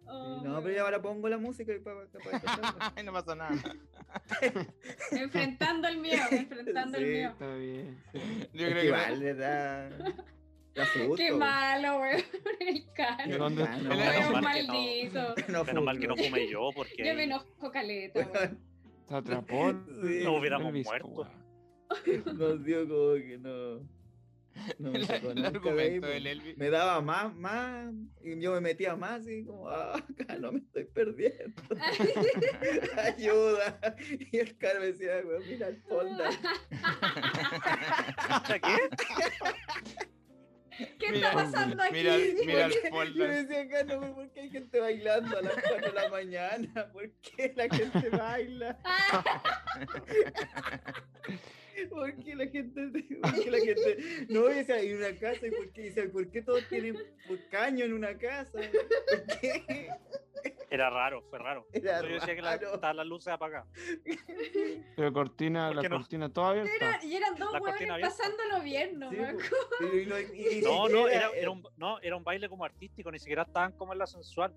C: Oh,
D: No, pero yo ahora pongo la música y para, para escucharla.
F: Ay, no pasa nada.
C: *laughs* Enfrentando el miedo, enfrentando el
D: *laughs* Sí.
C: miedo.
E: Está bien.
D: Es
F: *laughs* Yo creo
D: que
F: que
D: igual le da, da susto.
C: Qué
D: po.
C: malo, weón. *laughs* El
E: ¿Y
C: cano.
E: dónde
D: Ah,
E: está?
D: no,
B: Menos
C: Weón
B: mal que no.
C: maldito.
D: No
B: Menos mal que no
D: fue,
B: fumé yo porque
C: Yo me
B: ahí
C: enojo caleta, weón.
D: weón.
E: Se atrapó.
D: Sí.
B: nos hubiéramos
E: Elvis,
B: muerto.
E: weón.
D: Nos dio como que no. No me
F: *laughs* El,
D: sacó
F: el
D: nunca de ahí,
F: argumento
D: pues.
F: del Elvi.
D: Me daba más, más, y yo me metía más y como, ah, acá no me estoy perdiendo. *laughs* Ayuda. Y el cara me decía, "Weón, mira el *laughs* fondo.
C: Ah,
B: ¿Hasta qué?
C: ¿Qué
F: Mira,
C: está pasando aquí?
F: Mira, mira el
D: *laughs* Yo
F: folder.
D: decía, Cano, weón, ¿por qué hay gente bailando a las 4 de la mañana? *laughs* ¿Por qué la gente baila? *laughs* ¿Por qué la gente.? ¿Por qué la gente.? No, y decía, hay una casa, ¿y por qué? Y decía, ¿por qué todos tienen un caño en una casa? ¿Por qué? *laughs*
B: Era raro, fue raro.
D: Era
B: yo decía que la,
D: raro.
B: estaban las luces apagadas.
E: Pero cortina,
B: ¿Por
E: la
B: qué no?
E: cortina toda abierta.
C: Era- *laughs* y eran dos
B: La cortina
C: weones
B: abierta.
C: pasándolo bien, ¿no?
D: Sí, pues,
C: weón?
D: po. Pero y no- y ni
B: No, no,
D: siquiera
B: era, era un, no, era un baile como artístico, ni siquiera estaban como en la sensual.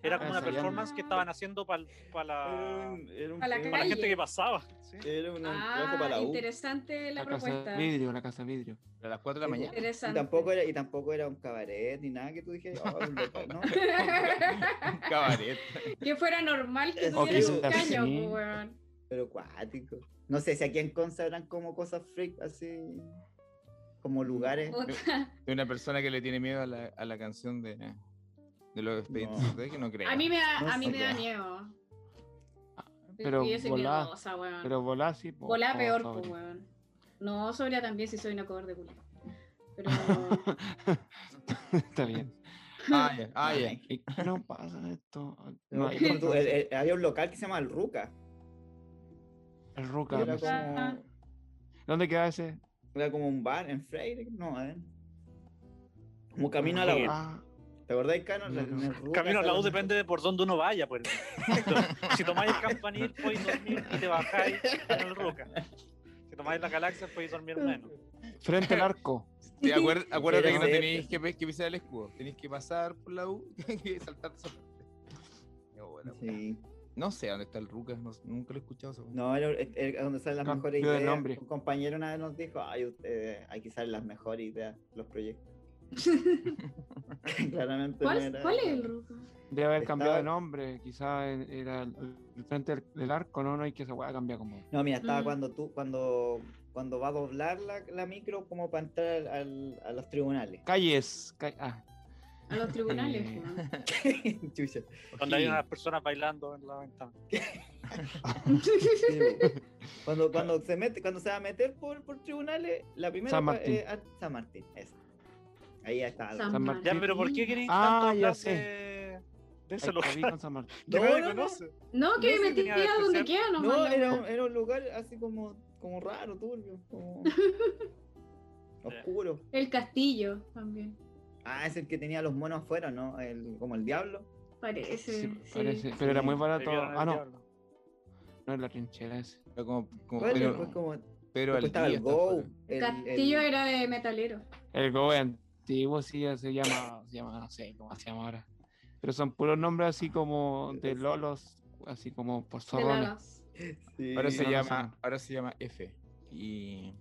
B: Era como
F: Ah,
B: una
F: ensayando.
B: performance que estaban haciendo para
D: era
B: la,
D: un- era un-
C: A la
D: era un-
B: pa la
C: calle.
B: gente que pasaba. sí.
D: Era un trabajo para
C: Ah,
D: la U.
C: interesante la
E: La casa
C: propuesta.
E: vidrio, la casa vidrio.
F: A las 4
D: *laughs*
F: de la
D: Sí,
F: mañana.
D: Y
C: Interesante.
D: tampoco, era, y tampoco era un cabaret ni nada que tú dijeras, "Oh, un local", no.
F: Un cabaret.
C: *laughs* que fuera normal que
D: O
C: tuviera un
D: quizás
C: caño,
E: sí.
C: po, weón.
D: *laughs* Pero cuático. No sé si aquí en Conce habrán como cosas freak, así. Como lugares.
C: Puta.
F: De una persona que le tiene miedo a la, a la canción de, de los expedientes.
D: No.
F: Ustedes que no creen.
C: A mí me da,
D: No
C: a mí
D: sé,
C: me da
D: weón.
C: miedo.
E: Pero
C: Yo soy
E: volá,
C: miedosa, weón.
E: Pero volá sí. po.
C: Volá
E: Oh,
C: peor, po,
E: *laughs* sobre.
C: weón. No, sobria también si soy una cobarde culia. Pero
E: Está bien.
F: Ah, ya, ah, ya.
D: Ay.
E: ¿Y qué no pasa esto?
D: No,
E: No,
D: es
E: el,
D: como tú- el- el- había un local que se llama El Ruca.
E: el
D: que
E: Ruca.
D: Era
E: no sé.
C: Ah.
D: como,
E: ¿Dónde queda ese?
D: era como un bar en Freire. No, eh. Como camino a la U.
E: Ah,
D: ¿Te acordás, Cano?
E: No,
D: En
E: no.
D: el Ruca
B: Camino a la U
D: estaban-
B: depende de por dónde uno vaya,
D: *laughs*
B: pues. Si tomáis el campanil, podéis dormir y te bajáis en el Ruca. Si tomáis la galaxia, podéis dormir menos.
E: frente al arco.
F: Sí,
D: *laughs*
F: acuer- acuérdate que no
D: Pero-
F: tenéis que, pe- que pisar el escudo. Tenéis que pasar por la U *laughs* y saltar
D: *laughs* Sí.
F: No sé dónde está el Rucas. no- nunca lo he escuchado. esa wea.
D: No, era el- el- donde salen las
E: Cambio
D: mejores
E: de
D: ideas.
E: nombre.
D: Un compañero una vez nos dijo, ay, ustedes, aquí salen las mejores ideas, los
C: *laughs*
D: proyectos. *laughs* Claramente no
C: ¿cuál,
D: era-
C: cuál es el ruco?
E: Debe haber
D: Estaba-
E: cambiado de nombre. Quizá en- era el el frente del, del arco. No, no hay que esa weá cambiar como.
D: No, mira, estaba
C: Mm.
D: cuando tú, cuando, cuando va a doblar la, la micro como para entrar al- al- a los tribunales. *laughs*
E: Calles. ca-
B: *laughs*
E: ah,
C: A los tribunales,
E: Eh.
C: weón.
D: Chucha.
B: Donde hay
F: Ojí.
B: unas personas bailando en la ventana.
D: Sí, bo. Cuando, cuando se mete, cuando se va a meter por, por tribunales, la primera
E: San
D: pa-
E: Martín.
D: eh, ah, San Martín, esa. Ahí ya está.
C: San
E: San
C: Martín.
B: Ya,
E: Martín.
B: pero ¿por qué queréis
E: Ah,
B: tanto
E: ya
B: hablar
E: sé.
B: de, de ese
E: Ahí
B: lugar? *laughs*
E: caí con San Martín.
B: Que
D: No,
B: nadie
D: no, no.
B: conoce.
C: No,
B: No
C: que
B: sé
C: me
B: si tenía
C: tira donde
B: especial.
C: queda nomás.
D: No,
C: la
D: era,
C: weá.
D: un- era un lugar así como, como raro, turbio,
C: *laughs*
D: como oscuro.
C: El castillo también.
D: Ah, es el que tenía los monos afuera, ¿no? El, como el diablo.
C: Parece.
E: Sí,
C: sí.
E: parece. Pero era muy
B: Ahí
E: barato.
B: vieron al
E: Ah, no.
B: diablo.
E: No es la trinchera ese.
F: Era como, como
D: Bueno,
F: Pedro-
D: pues como
F: Pedro
D: después estaba el
F: Valdivia, está
D: Go.
F: afuera.
C: El
D: el-
C: castillo
D: el-
C: era de metalero.
E: El Go es antiguo, sí, ya se llama, se llama, no sé cómo se llama ahora. Pero son puros nombres así como de
D: Es-
E: Lolos, así como por
C: De
E: zorrones.
C: Lalas.
D: sí.
F: Ahora
E: no
F: se
E: lo
F: llama,
E: saben.
F: ahora se llama F. Y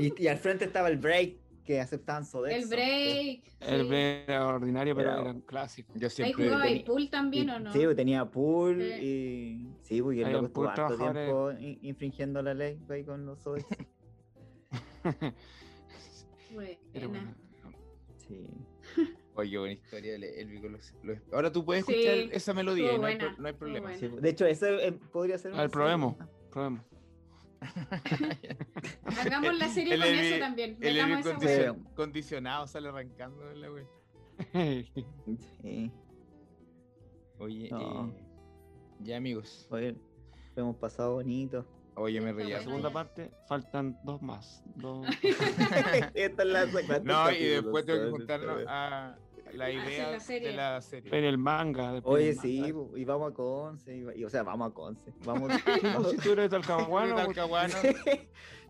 D: Y, y al frente estaba el break que aceptaban Sodexo.
C: El break.
E: El
C: sí.
E: B era ordinario, pero
D: Era-
E: era un clásico.
F: yo
C: Ahí
F: siempre
C: jugaba el
F: tenía-
C: pool
D: Y-
C: también, ¿o no?
D: Sí, pues, tenía pool
C: Sí.
D: y. Sí, pues y el
E: Había
D: loco estuvo
E: pool,
D: harto
E: trabajadores.
D: tiempo in- infringiendo la ley pues, ahí con los Sodexo.
E: Era
C: Buena.
E: bueno.
D: Sí.
F: Oye, qué buena historia el Elvi con los- los- Ahora tú puedes
C: Sí,
F: escuchar esa melodía, y
C: estuvo
F: no hay,
C: buena,
F: pro- no hay
D: pues,
C: estuvo
F: problema. pues.
C: buena.
D: sí, De hecho, eso eh, podría ser.
E: A ver,
D: una
E: *laughs* probemos,
D: serie.
E: probemos.
C: Hagamos la serie
F: El
C: con
F: Elvi-
C: eso también.
F: El
C: Metamos
F: Elvis
C: esa
D: condiciona.
C: hueá.
F: condicion- condicionado sale arrancando en la wea.
D: Sí.
F: Oye,
D: No.
F: eh, ya amigos.
D: Oye, lo hemos pasado
F: *laughs*
D: bonito.
F: Oye, me
C: Está
F: reí.
C: bueno
E: La
C: *laughs*
F: harto.
E: segunda parte faltan dos más. Dos. *laughs*
D: Esta es la cuarta
F: *laughs* No, y
D: capítulo,
F: después tengo que
D: entonces,
F: juntarnos
D: esta
F: a la idea
C: Ah, la serie.
F: de la serie.
E: Pero el manga.
D: vez.
E: después
D: Oye,
E: el
D: sí,
E: manga.
D: bu, y vamos a Conce. y- y- o sea, vamos a Conce.
F: *laughs*
D: Vamos,
E: No,
D: vamos-
E: si tú eres talcahuano,
F: Tal
E: pues,
F: caguano.
D: *laughs*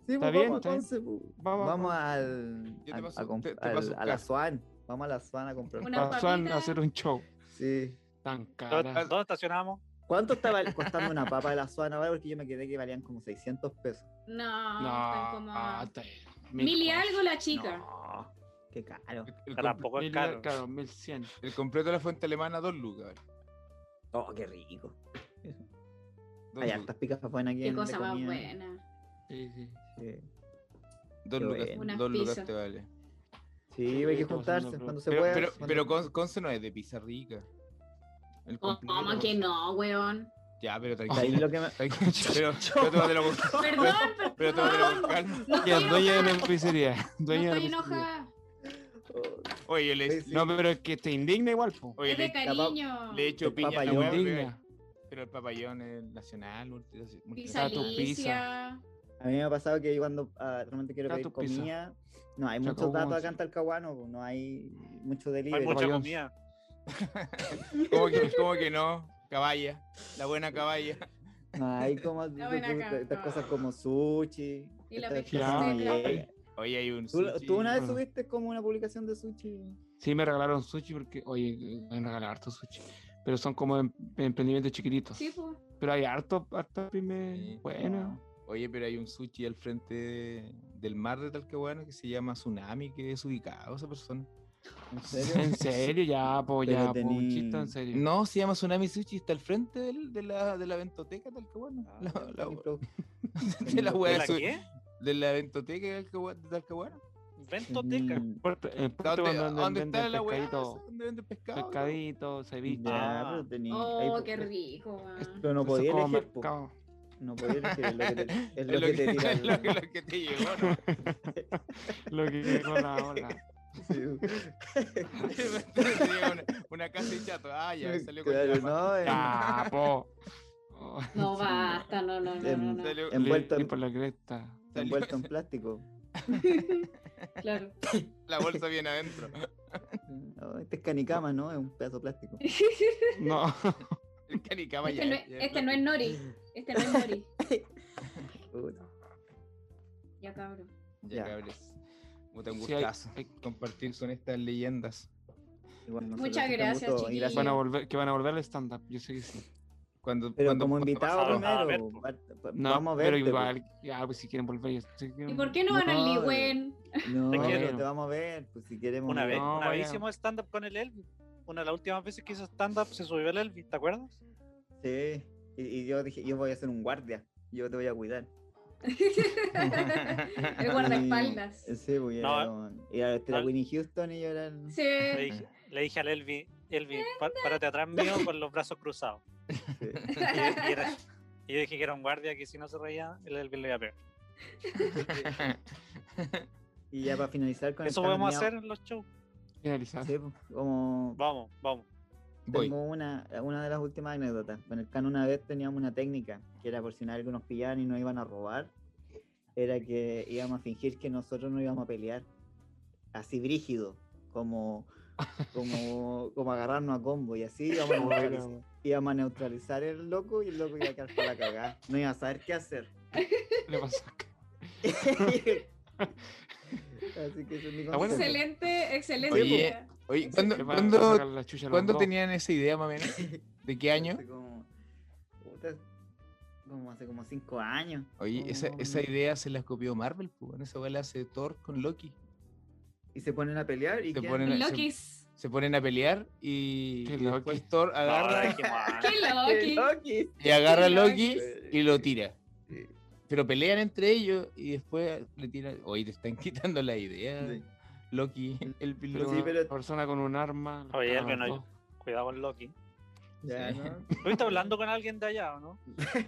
D: sí, bu, vamos
E: bien,
D: a
E: está bien.
D: Conce. bu.
E: Vamos a
D: Vamos, al,
F: Yo te
D: al-
F: paso-
D: a comp-
F: te- te
D: al-
F: paso un
D: a la
F: carro.
D: Swan. Vamos a la Swan a comprar.
C: Una-
E: pasó a
C: papita.
E: hacer un show
D: Sí.
E: tan
B: ¿Dó-
E: cara.
B: ¿Dónde estacionamos?
D: ¿Cuánto estaba costando una papa de la Swan ahora? Porque yo me quedé que valían como 600 pesos.
C: No, están
E: No,
C: como.
E: ah, está bien.
C: Mil y
E: cuatro.
C: algo la chica.
D: No, qué caro.
F: El- el
B: Pero
F: comple-
B: Tampoco es
E: Mil-
B: caro.
E: Claro, mil cien.
F: El completo de la fuente alemana, dos lucas. vale.
D: Oh, qué rico.
F: Dos,
D: Hay
F: lucas,
D: hartas picas buenas aquí.
C: Qué
D: en- de
C: cosa más
D: comida.
C: buena.
E: Sí, sí.
D: Sí.
F: dos
D: Qué
F: lucas,
D: bueno.
C: Unas
F: dos lucas
C: pizzas.
F: te vale.
D: Sí, hay que
E: rico,
D: juntarse
E: haciendo
D: cuando se
F: Pero,
D: pueda.
F: pero,
D: cuando-
F: pero Con- Conce no es de pizza rica. El
C: Oh, ¿Cómo
F: completo.
C: que no, weón?
F: Ya, pero tranquilo.
D: Ahí lo que me-
F: tranquilo,
D: *laughs*
F: Pero, pero tómatelo con
C: *laughs* Perdón,
F: Pero tómatelo con calma.
C: No
E: Ya,
C: estoy
E: dueña de
C: enojada.
E: la pizzería.
C: No
E: Dueña de
C: estoy
E: la pizzería.
C: enojada.
F: Oye, le,
D: Sí.
E: No, pero es que te indigna igual, po.
F: oye,
C: Es de
F: le,
C: cariño.
F: le echo
D: El
F: piña a la
D: papayón.
F: hueá,
E: Indigna.
F: Pero el papayón es nacional, multi- multi-
C: Pizza
E: tu
C: Alicia.
D: A mí me ha pasado que yo cuando ah, realmente quiero
E: Trato
D: pedir
E: pizza.
D: comida, no hay
E: Se
D: muchos
E: acabó,
D: datos acá
E: sí.
D: en Talcahuano, po, no hay mucho
B: Hay
D: delivery.
B: mucha
E: Papayón.
B: comida.
F: ¿Cómo que, cómo que no? Caballa, la buena caballa.
D: No hay como
C: La buena
D: estas
C: acá.
D: estas cosas como sushi.
C: Y la
D: estas
C: pescada
D: cosas
E: de
D: que
C: la-
D: llegan.
F: Oye, hay un.
D: ¿Tú,
F: sushi.
D: tú una vez
E: Ah.
D: subiste como una publicación de sushi.
E: Sí, me regalaron sushi porque, oye, me regalaron harto sushi. Pero son como em- emprendimientos chiquititos.
C: Sí, pues.
E: Pero hay harto, harto pymes.
F: Sí.
E: Bueno,
F: Oye, pero hay un sushi al frente de- del mar de Talcahuano que se llama Tsunami, que es ubicado esa persona.
D: ¿En serio?
E: en serio, ya, po,
D: Pero
E: ya, po, un
D: tení-
E: chiste, en serio.
F: No, se llama Tsunami Sushi, está al frente del- de, la, de la ventoteca de Talcahuano.
D: Ah, ya,
F: *laughs* La- la-
D: ni pro-
F: de *laughs* la
D: Pues,
B: ¿De
F: wea
B: la
D: eh,
F: su-
B: qué?
F: de la ventoteca de Talcahuano. de Talcahuano.
B: Ventoteca.
D: Mm,
E: Puerto- en Puerto
F: ¿Dónde,
E: cuando
F: dónde
E: venden
F: está la wea?
E: pescadito,
F: ¿Dónde vende pescado? *laughs*
E: pescadito, ceviche.
D: ya,
B: Ah.
D: pero tenía- ahí, pues,
C: Oh,
D: po,
C: qué rico, weón.
D: Pero no
E: Eso es
D: podía
E: como
D: elegir, po,
E: mercado.
D: no podía elegir, es lo
F: *laughs*
D: que te, es
F: Es
D: lo que te tira
F: *laughs* es lo que-
D: el-
F: lo que te llegó,
D: *laughs*
F: ¿no? *laughs*
E: Lo que llegó ahora.
F: Te llega una, una casa de chato. Ah, *laughs* ya, salió con
D: Claro,
F: llama.
D: no, es-
E: Ya, po. Oh,
C: No basta, no, no, no, no, no.
F: Salió-
D: Envuelto
E: le-
D: en-
E: y por la cresta.
F: salió-
D: envuelto en
F: *laughs*
D: plástico.
C: Claro.
F: la bolsa
D: *laughs*
F: bien adentro.
D: No, este es canicama, ¿no? Es un pedazo de plástico.
E: No. *laughs*
F: El canicama Ah, ya.
C: Este no es,
F: ya
C: este no es Nori. Este no es Nori.
D: Puta.
C: Ya, cabrón.
F: Ya,
D: Ya.
F: cabres. Puta, un
E: Sí, hay-
F: gustazo
E: hay-
F: compartir con estas leyendas.
D: Igual nosotros
C: Muchas
D: siempre un
C: gracias,
D: gusto ir a-
C: chiquillos.
E: Van a volver, que van a volver al stand-up, yo sé que sí.
F: Cuando,
D: Pero
F: cuando-
D: como
F: cuando
D: invitado
F: pasaba-
B: pasamos a ver,
D: primero.
B: po.
D: va- va-
E: pues. No,
D: vamos a ver.
E: pero igual, ya, pues si quieren volver, yo sé que
C: ¿Y
E: quieren
C: por qué no van al
D: No,
C: Ligüen?
D: *laughs* No,
B: Te
E: quiero.
D: pero te vamos a ver. Pues si queremos.
B: Una vez,
E: No,
B: una vez
E: vaya.
B: hicimos stand-up con el Elvi. Una de las últimas veces que hizo stand-up se subió el Elvi, ¿te acuerdas?
D: Sí. Y, y yo dije, yo voy a ser un guardia. Yo te voy a cuidar. *laughs*
C: El guardaespaldas.
D: Y- Sí, voy a
B: No, ah.
D: ir a vestir a
B: al-
D: Winnie Houston y llorar.
B: Le
C: Sí.
B: dije, le dije al Elvi, Elvi, pa- párate atrás mío con los brazos cruzados. Y,
C: *laughs*
B: y era- y yo dije que era un guardia que si no se reía, el Elvi lo iba a pegar.
D: Y ya para finalizar con el
B: Eso podemos hacer
D: canoneado-
B: en los shows.
E: finalizar.
D: Sí, pues, como
B: Vamos, vamos.
F: *laughs* Voy.
D: Tengo una, una de las últimas anécdotas. Con el can una vez teníamos una técnica, que era por si algo nos pillaban y nos iban a robar, era que íbamos a fingir que nosotros no íbamos a pelear. Así brígido, como, como, como agarrarnos a combo. Y así
F: *laughs*
D: íbamos pues, a neutralizar,
E: Bueno,
D: íbamos a neutralizar el loco y el loco iba a quedar para la cagada. No iba a saber qué
F: *laughs*
D: hacer.
E: *laughs* le pasó acá.
D: así que eso es mi
E: Ah, bueno.
D: consejo.
C: Excelente, excelente.
F: Oye,
C: idea.
F: Oye,
E: Le
F: ¿cuándo,
E: va a
F: cuándo-
E: sacar la chucha a los
F: cuándo
E: dos.
F: tenían esa idea más o menos? ¿De qué año?
D: Hace como, puta, como hace como cinco años.
F: Oye, esa,
D: como-
F: esa idea se la copió Marvel, pues. bueno, Esa weá la hace Thor con Loki.
D: Y se ponen a pelear y
F: Se
D: quedan- *laughs*
F: ponen a- se,
C: Lokis.
F: se ponen a pelear y,
E: Qué
F: y
E: Loki.
F: después Thor
A: *laughs*
B: No,
F: agarra
B: dejemos, ah,
C: ¡Qué Loki!
D: ¡Qué Loki!
F: y agarra a
C: Qué
F: Loki
D: Loki.
F: y lo tira. Pero pelean entre ellos y después le tiran. Oye, te están *laughs* quitando la idea.
D: Sí.
F: Loki, el
E: Pero
F: piloto.
D: Sí,
E: una
D: pero-
E: persona con un arma. los
B: Oye,
E: cagaron
B: Elvio, no,
E: los dos.
B: Cuidado con Loki.
D: Ya,
F: Sí.
D: ¿no?
B: ¿Estuviste hablando con alguien de allá o no?
D: Sí,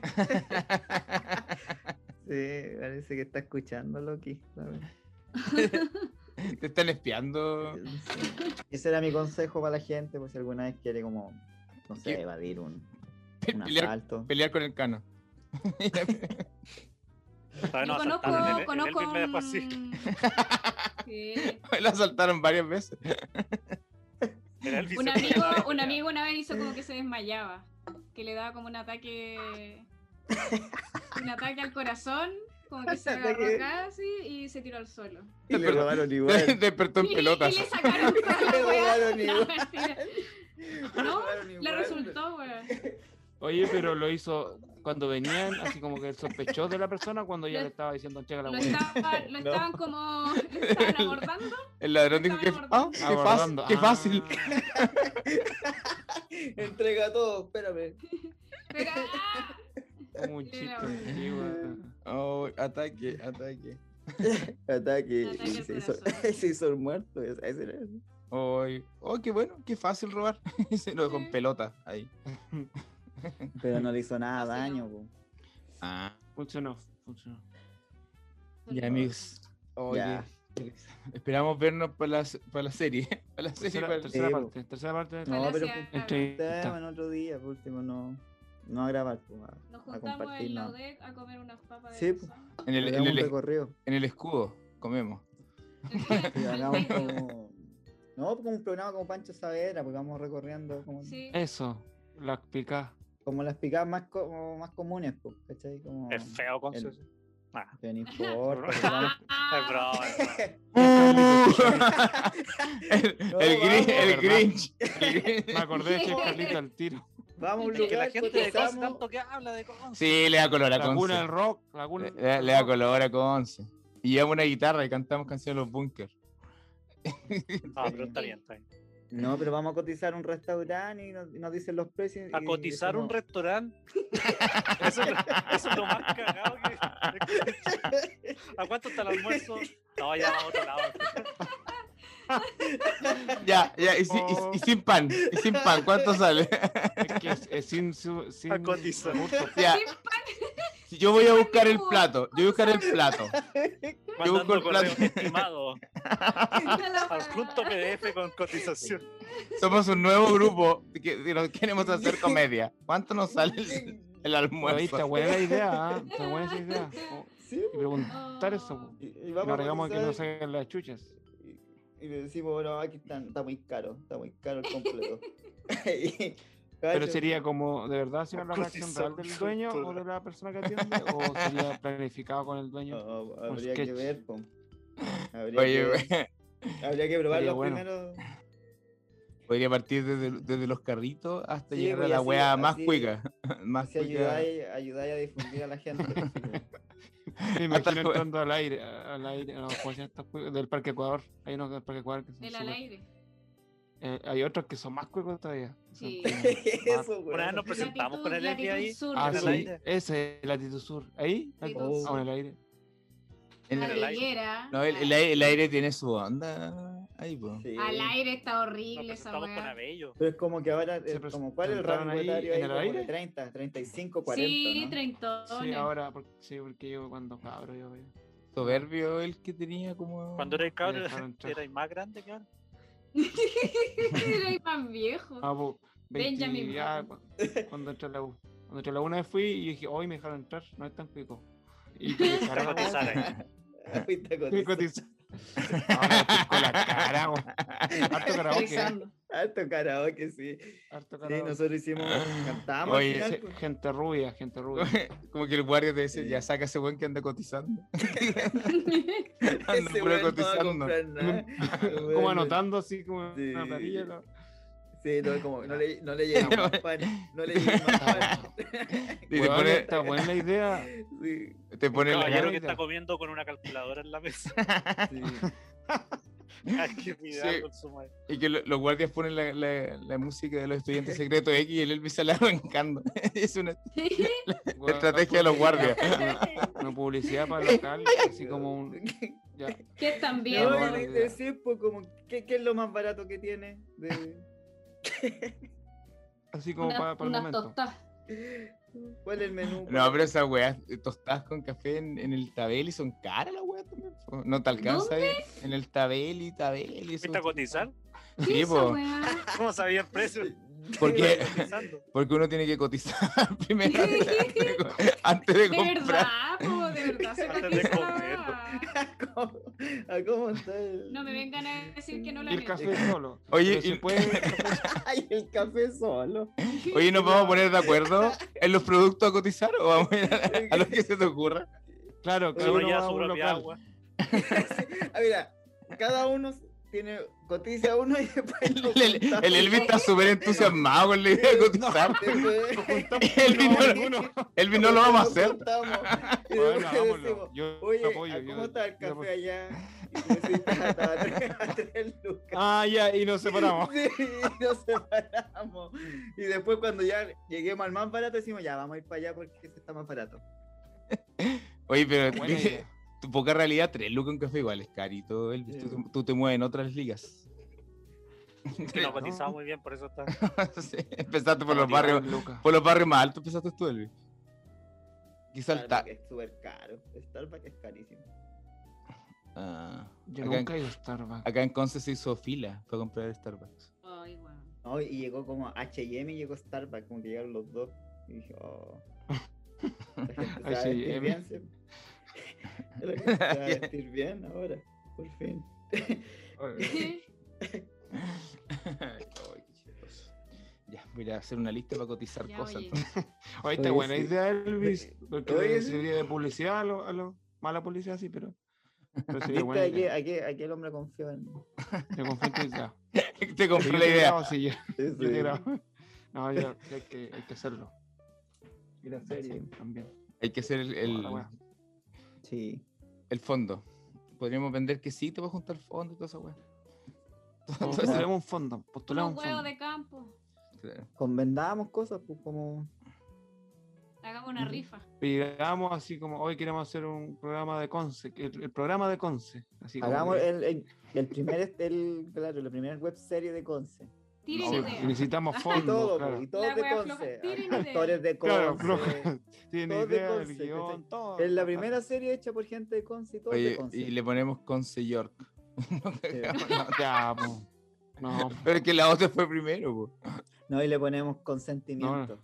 D: parece que está escuchando Loki. ¿sabes?
F: *laughs* *laughs* Te están espiando.
D: *laughs* Sí. Ese era mi consejo para la gente, pues si alguna vez quiere como, no sé,
F: ¿Qué?
D: evadir
F: *laughs*
D: un,
F: Pe-
D: un
F: pelear-
D: asalto.
F: Pelear con el cano. *laughs*
B: Todavía
C: Yo
B: no
C: conozco,
B: asaltaron el- el
C: conozco
B: Elvis me dejó
C: un...
B: así.
C: *laughs* Sí.
F: Lo asaltaron varias veces.
B: El Elvis
C: Un
B: se
C: amigo,
B: fue a la *laughs*
C: un
B: bestia.
C: amigo una vez hizo como que se desmayaba, que le daba como un ataque, un ataque al corazón, como que se agarró
D: Ataque.
C: acá así y se tiró al suelo.
D: Y le
F: Perdón.
D: robaron igual. *laughs*
F: *laughs* Despertó
C: Y-
F: en
C: y
F: pelotas.
C: le sacaron toda
D: Le
C: la weá. *laughs*
D: robaron
C: No,
D: igual.
C: mentira. No, le resultó, weón.
E: Oye, pero lo hizo cuando venían, así como que sospechó de la persona cuando ya
C: Lo-
E: le estaba diciendo entrega la
C: Lo
E: weá.
C: estaban, lo
D: No.
C: estaban como, lo estaban abordando.
F: El ladrón dijo que.
C: Estaba
F: ¡Ah!
C: abordando.
F: ¡Qué fácil!
E: Abordando.
F: ¡Qué
E: Ah.
F: fácil!
D: Entrega todo, espérame.
C: pero, ¡ah!
E: Como un chiste. sí, weón.
F: Oh, ataque, ataque.
D: Ataque.
C: Ataque
D: y
C: al
D: se, hizo,
C: corazón.
D: *laughs* se hizo el muerto. ese- ese era.
F: Oh, oh, qué bueno, qué fácil robar. *laughs* Se lo dejó en
C: Sí.
F: pelota ahí.
D: Pero no le hizo nada
C: No, sí,
D: daño. pues.
C: no.
D: po.
F: Ah.
E: Funcionó, funcionó.
F: *laughs* Y amigos. Oye.
D: Ya.
F: Esperamos vernos para la, se- para la serie. Para la serie.
E: Tercera,
F: Para
E: tercera
D: Sí,
E: parte, tercera parte.
D: No,
C: Ojalá
D: pero- pues,
C: sea-
E: Entrevista.
D: Tema en otro día, por último, no, no a grabar, po, a,
C: Nos
D: a
C: juntamos
D: compartir.
C: en la
D: No.
C: UDEC a comer unas papas
D: Sí, pues.
C: de
D: po.
C: corazón.
D: *laughs*
F: en, el, en
D: Hagamos un
F: el-
D: recorrido.
F: en el escudo comemos. *laughs*
D: Sí, hagamos
C: Perfecto.
D: como. No, como un programa como Pancho Savera, porque vamos recorriendo como,
C: Sí.
E: Eso, la pica.
D: como las picadas más, co- como más comunes, po, ¿cachai? Como...
B: Es feo con su.
D: El-
B: Nah,
D: Pero no importa,
B: *laughs* Bro.
D: igual-
B: es
C: Ah,
B: broma, es broma.
F: el,
D: No,
F: el Grinch-
D: vamos.
F: el Grinch. el
E: Me
F: Grinch.
E: acordé de Chescarlita al tiro.
D: Vamos a *laughs* un
C: Es que
D: lugar,
B: Que la gente de Conce,
D: cotizamos,
B: tanto que habla de Conce.
F: *laughs* Sí, le da color a
E: Laguna del
F: Conce. Eh,
E: Rock. Laguna
F: Le,
E: del
F: le- le da
E: Rock.
F: color a Conce. Y llevamos una guitarra y cantamos canciones de los bunkers.
B: No, pero está bien, está bien.
D: No, pero vamos a cotizar un restaurante y nos, y nos dicen los precios.
B: A
D: y
B: cotizar un
D: decimos-
B: restaurante. *laughs* Eso, eso es lo más cagado que. ¿A cuánto está el almuerzo? No, ya va a otro lado.
F: Ya, ya, y, si- y-
E: Oh.
F: y sin pan. Y sin pan, ¿cuánto sale?
E: Es que es- es sin su. Sin
B: A cotizar.
E: recursos.
F: Ya.
C: Sin
F: Si *laughs* Yo voy a
C: pan,
F: buscar el
C: amigo.
F: plato. Yo voy a buscar el plato. busco el
B: Mandando correo
F: plato.
B: estimado.
C: Mira la
B: Adjunto
C: weá.
B: PDF con cotización.
F: Somos
D: *laughs*
F: un nuevo grupo que que nos queremos hacer comedia. ¿Cuánto *laughs* nos sale el, el
E: Oye, está
F: almuerzo?
E: buena la idea, ¿ah? Está buena esa idea. Oh,
D: Sí, pues,
E: Y preguntar
C: Oh,
E: eso.
D: y, y
E: Nos
D: vamos
E: regamos
D: a
E: que no
D: cotizar
E: saquen las chuchas.
D: y- y le decimos, bueno, aquí está, está muy caro, está muy caro el
F: *laughs*
D: completo. *laughs* Y-
E: Pero
D: Cacho,
E: sería como, de verdad, si una reacción
B: Cotizar
E: real del dueño o de la persona que atiende, o sería planificado con el dueño.
D: no, Ah, habría que
E: sketch.
D: ver, po. Habría,
F: Oye,
D: que, habría que probar
E: Sería
D: los
E: bueno.
D: primeros.
F: *laughs* podría partir desde, desde los carritos hasta
D: Sí,
F: llegar a
D: pues,
F: la
D: así-
F: wea más
D: así- *laughs*
F: cuica. Más
D: Si
F: cuica.
D: ayudáis, ayudáis a difundir a la gente. así como-
E: Me
F: Hasta
E: imagino
F: luego.
E: entrando al aire, a- al aire, a los jueces estos cuicos del Parque Ecuador. Hay unos del Parque Ecuador que son
C: Del
E: súper-
C: al aire.
E: eh, hay otros que son más cuicos todavía. Son
C: Sí. *laughs*
E: como-
D: *laughs* Eso,
B: Una vez
D: weón.
B: nos presentamos con el
C: Latitud-
B: Elvi ahí.
C: latitud sur,
E: Ah,
B: en el
E: sí,
B: aire.
E: ese, Latitud Sur. Ahí, ahí,
C: Latitud
E: ah, en el aire.
F: El,
B: en el aire.
C: Cordillera.
F: no, el, el aire, el aire tiene su onda ahí, po.
D: Sí.
C: Al aire está
B: Nos
C: horrible esa
B: presentamos con
C: weá.
B: Abello.
D: Pero es como que ahora,
E: Se
D: eh, como ¿cuál es el
E: presentaron
D: rango
E: ahí
D: etario ahí?
E: en el
D: Como de
E: aire.
D: 30, 35, 40.
C: Sí,
D: *laughs* ¿no?
E: Sí,
C: treintones.
E: ahora, porque, sí, porque yo cuando cabro, yo veía.
F: Soberbio el que tenía como.
B: Cuando era el cabrón,
E: dejaron
B: *laughs*
E: entrar.
B: era el más grande que ahora.
C: *laughs* Era el más viejo.
E: Ah, po, 20
C: Benjamin
E: ya,
C: Button.
E: cu- cuando entré a la U. Cuando entré a la U una vez fui y dije, hoy me dejaron entrar, no es tan cuico.
C: *laughs*
E: Y
B: Está
E: cotizaron.
B: cotizar ahí.
D: Ah, Fuiste a
E: Y
D: cotizar.
E: cotizaron. *laughs* Ahora estoy con la cara, weón.
C: *laughs*
E: Harto karaoke,
F: *laughs*
E: ¿eh?
C: Revisando.
D: Harto karaoke, sí.
E: harto
D: Sí,
E: karaoke.
D: nosotros hicimos, cantábamos
F: Oye,
D: al
E: Se-
D: final. pues.
E: Gente rubia, gente rubia.
F: como que el guardia te dice,
D: Sí.
F: ya saca ese buen que anda
D: *laughs*
F: cotizando. Anda
D: Ese weón
F: puro
D: no va a
F: cotizando.
D: comprar nada.
E: Como
D: Weón, no-
E: anotando así como en una
D: Sí.
E: planilla, ¿no?
D: Sí, no, como, no le, no le llega más pan. No le llega
E: *laughs*
D: más pan.
F: *laughs* Y te
E: Weón,
F: pone,
E: Está buena la idea.
D: Sí,
F: te pone la
B: Caballero
E: caballero
B: que
E: que
B: está
E: te-
B: comiendo con una calculadora en la
E: *laughs*
B: mesa.
D: sí.
B: Hay que cuidar
F: Sí.
B: con su madre.
F: Y que lo- los guardias ponen la, la- la música de los
D: *laughs*
F: estudiantes secretos X y el Elvis sale arrancando. *laughs* es una *laughs*
E: Weón,
F: estrategia de los guardias.
E: Una, una
F: *laughs*
E: publicidad para el local, así como
D: *laughs*
E: un. Ya.
C: Que también.
D: No,
E: bueno.
D: y de- decir, pues, como, ¿qué, qué es lo más barato que tiene? De...
E: Así como
C: Unas
E: para, el
C: unas
E: momento.
C: tostadas.
D: ¿Cuál es el menú?
F: No,
D: *laughs*
F: pero esas weas tostadas con café en, en el Tabeli son caras las weas también. po. No te alcanza ahí, en el Tabeli, Tabeli. eso-
B: ¿Fuiste a cotizar?
C: ¿Qué
F: Sí,
C: es esa
F: po,
C: weá?
B: ¿Cómo sabía el precio?
F: porque,
B: Estaba
E: *laughs*
B: cotizando.
F: porque uno tiene que cotizar *laughs* primero
C: *laughs*
F: antes de co- antes de
C: De
F: comprar.
C: verdad, po, de verdad se
B: Antes de
C: cotiza la
B: comer, po.
C: weá.
D: ¿A cómo está el...
C: No me vengan a decir que no la
E: Y el café solo.
F: Oye,
E: Pero se
F: y- *laughs*
E: puede- se puede-
D: *laughs* Ay, el café solo.
F: Oye, ¿nos vamos a poner de acuerdo en los productos a cotizar o vamos a ir *laughs* a, a lo que se te ocurra?
E: Claro, cada uno
B: Desarrollaba
E: va a
B: su
E: un
B: propia
E: local.
B: agua.
D: *laughs* Ah, mira, cada uno tiene cotiza uno y *laughs* después lo
F: El, el,
D: juntamos.
F: el Elvi está súper entusiasmado con la idea de cotizar.
D: Después-
F: *laughs* Elvi
D: no,
F: no,
D: *laughs*
F: Elvi no lo vamos a hacer.
D: juntamos. Y después
E: Bueno,
F: *laughs*
E: hagámoslo.
D: decimos,
E: Yo
D: Oye, ¿a
E: apoyo. yo-
D: ¿cómo está el
E: yo apoyo.
D: café allá? Y tú decís, "Ah, estaba a *laughs* tres- a tres lucas".
E: Ah, ya, y nos
F: *laughs*
E: separamos.
D: *laughs* Sí, y nos separamos. Y después cuando ya lleguemos al más barato decimos, ya, vamos a ir para allá porque este está más barato.
F: Oye, pero
E: Buena idea.
F: tu poca realidad, tres lucas en café igual es carito. Elvi. Tú, tú- tú te mueves en otras ligas.
B: Que no cotizaba muy bien, por eso
E: *laughs*
B: está.
F: *laughs* Sí, Empezaste por los barrios,
E: Lucas.
F: por los barrios más altos empezaste tú, Elvi. Quizás el ta-
D: Starbucks es súper caro. Starbucks es carísimo.
F: Ah,
E: Yo
F: acá en-
E: nunca he ido a Starbucks.
F: Acá en Conce se hizo fila para
C: *laughs*
F: comprar Starbucks.
C: Ay, weón.
D: *laughs* No, y llegó como H&M y llegó Starbucks, como que llegaron los dos. Y dije,
E: *laughs*
D: oh. La gente se va a vestir
E: H&M.
D: bien, se-
E: *laughs*
D: La gente se va a vestir bien ahora, por fin.
F: Ay, qué chistoso. ya, voy a hacer una lista para cotizar
C: Ya,
F: cosas.
C: oye.
F: *laughs*
E: Oye, está
D: Oye,
E: buena
D: sí.
E: idea, Elvis. Porque
D: Oye,
E: le
D: sí.
E: serviría de publicidad a los. A lo- mala publicidad, sí, pero. Pero sería buena.
D: ¿Viste? Aquí,
E: idea.
D: aquí, aquí el hombre confió en...
E: Te confío en tu
D: *laughs*
E: idea.
F: Te
E: Pero
F: compré
E: yo
F: la
E: te
F: idea.
E: grabo, sí, yo-
D: Sí,
E: yo te
D: sí.
E: grabo. *laughs* No, ya, sí, hay que, hay que hacerlo. Sí, también.
F: Hay que hacer el, el-
E: Hola,
D: *laughs*
E: wea.
D: Sí.
F: el fondo. Podríamos vender quesito para juntar fondo y toda esa weá.
E: Postulemos un fondo. Postulemos
C: Un
E: un
C: huevo
E: fondo.
C: de campo.
F: Claro.
D: Convendábamos cosas, pues como...
C: Hagamos una rifa.
E: Pidamos así como hoy queremos hacer un programa de Conce. El, el programa de Conce. Así como
D: Hagamos
E: que-
D: el, el, el primer, este- el, claro, la primera web serie de Conce.
C: Tiren
E: Sí,
C: ideas.
E: necesitamos
D: Y todo,
E: fondos,
D: pues,
E: claro.
D: y todo
C: La
D: de
C: wea floja,
D: Conce. *laughs*
C: tiren
D: a-
C: idea.
D: Actores de
E: Claro,
D: Conce.
E: floja. *laughs* Tiene
D: todo de
E: idea, el
D: Conce,
E: guión,
D: ¿cachai?
E: todo.
D: Es la
E: todo,
D: primera serie hecha por gente de Conce y todo de
F: Oye,
D: Conce.
F: y le ponemos Conce York.
D: Sí.
E: todo. No, *laughs* ya, po. No, pues,
F: Pero es que la otra fue primero, po. *laughs*
D: No, y le ponemos consentimiento.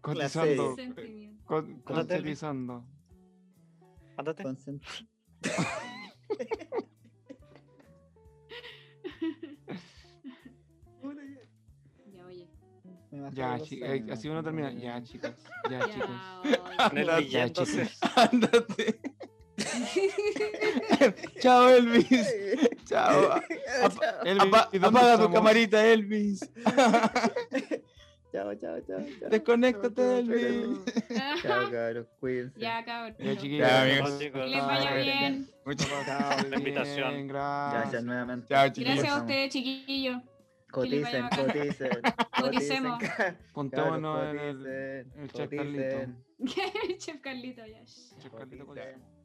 E: cotizando.
C: Sentimiento.
E: con-
B: Ándate, Luis.
E: Cotizando.
B: Ándate.
D: Consent-
C: Ya, oye.
D: Me bajaron
E: Ya,
D: los
E: chi-
D: sueños,
E: eh, así uno
D: no,
E: termina.
D: no, no.
E: Ya, chicas. Ya, chicas.
C: Ya, oye. *laughs*
B: Con el
F: Ándate.
E: Ya,
B: billete,
E: chicas.
F: Ándate. Chao, Elvis. Chao.
E: *laughs* Elvis,
F: Apa-
E: ¿y dónde
F: apaga tu
E: estamos?
F: camarita,
E: *laughs*
F: Elvis.
D: Chao, chao, chao. chao.
F: Desconéctate, Elvis.
D: Chao, Chao, cabros, cuídense.
C: Ya, cabrón.
E: Ya,
C: Que
E: chiquillos.
F: amigos.
B: No, chicos,
C: les vaya bien.
F: Muchas
D: Chao.
B: La invitación.
E: Bien,
D: Gracias
E: Gracias.
D: nuevamente.
F: Chao, chiquillos.
C: Gracias a ustedes, chiquillos. les
D: Coticen,
C: vaya bacán.
D: coticen.
C: *laughs* Coticemos.
D: ca-
E: Puntémonos
D: cabros,
E: en el.
D: coticen,
E: el Chef Carlito.
D: coticen.
C: *laughs* Chef Carlito, ya.
E: Chef
D: Coticen.
E: Carlito coticemos.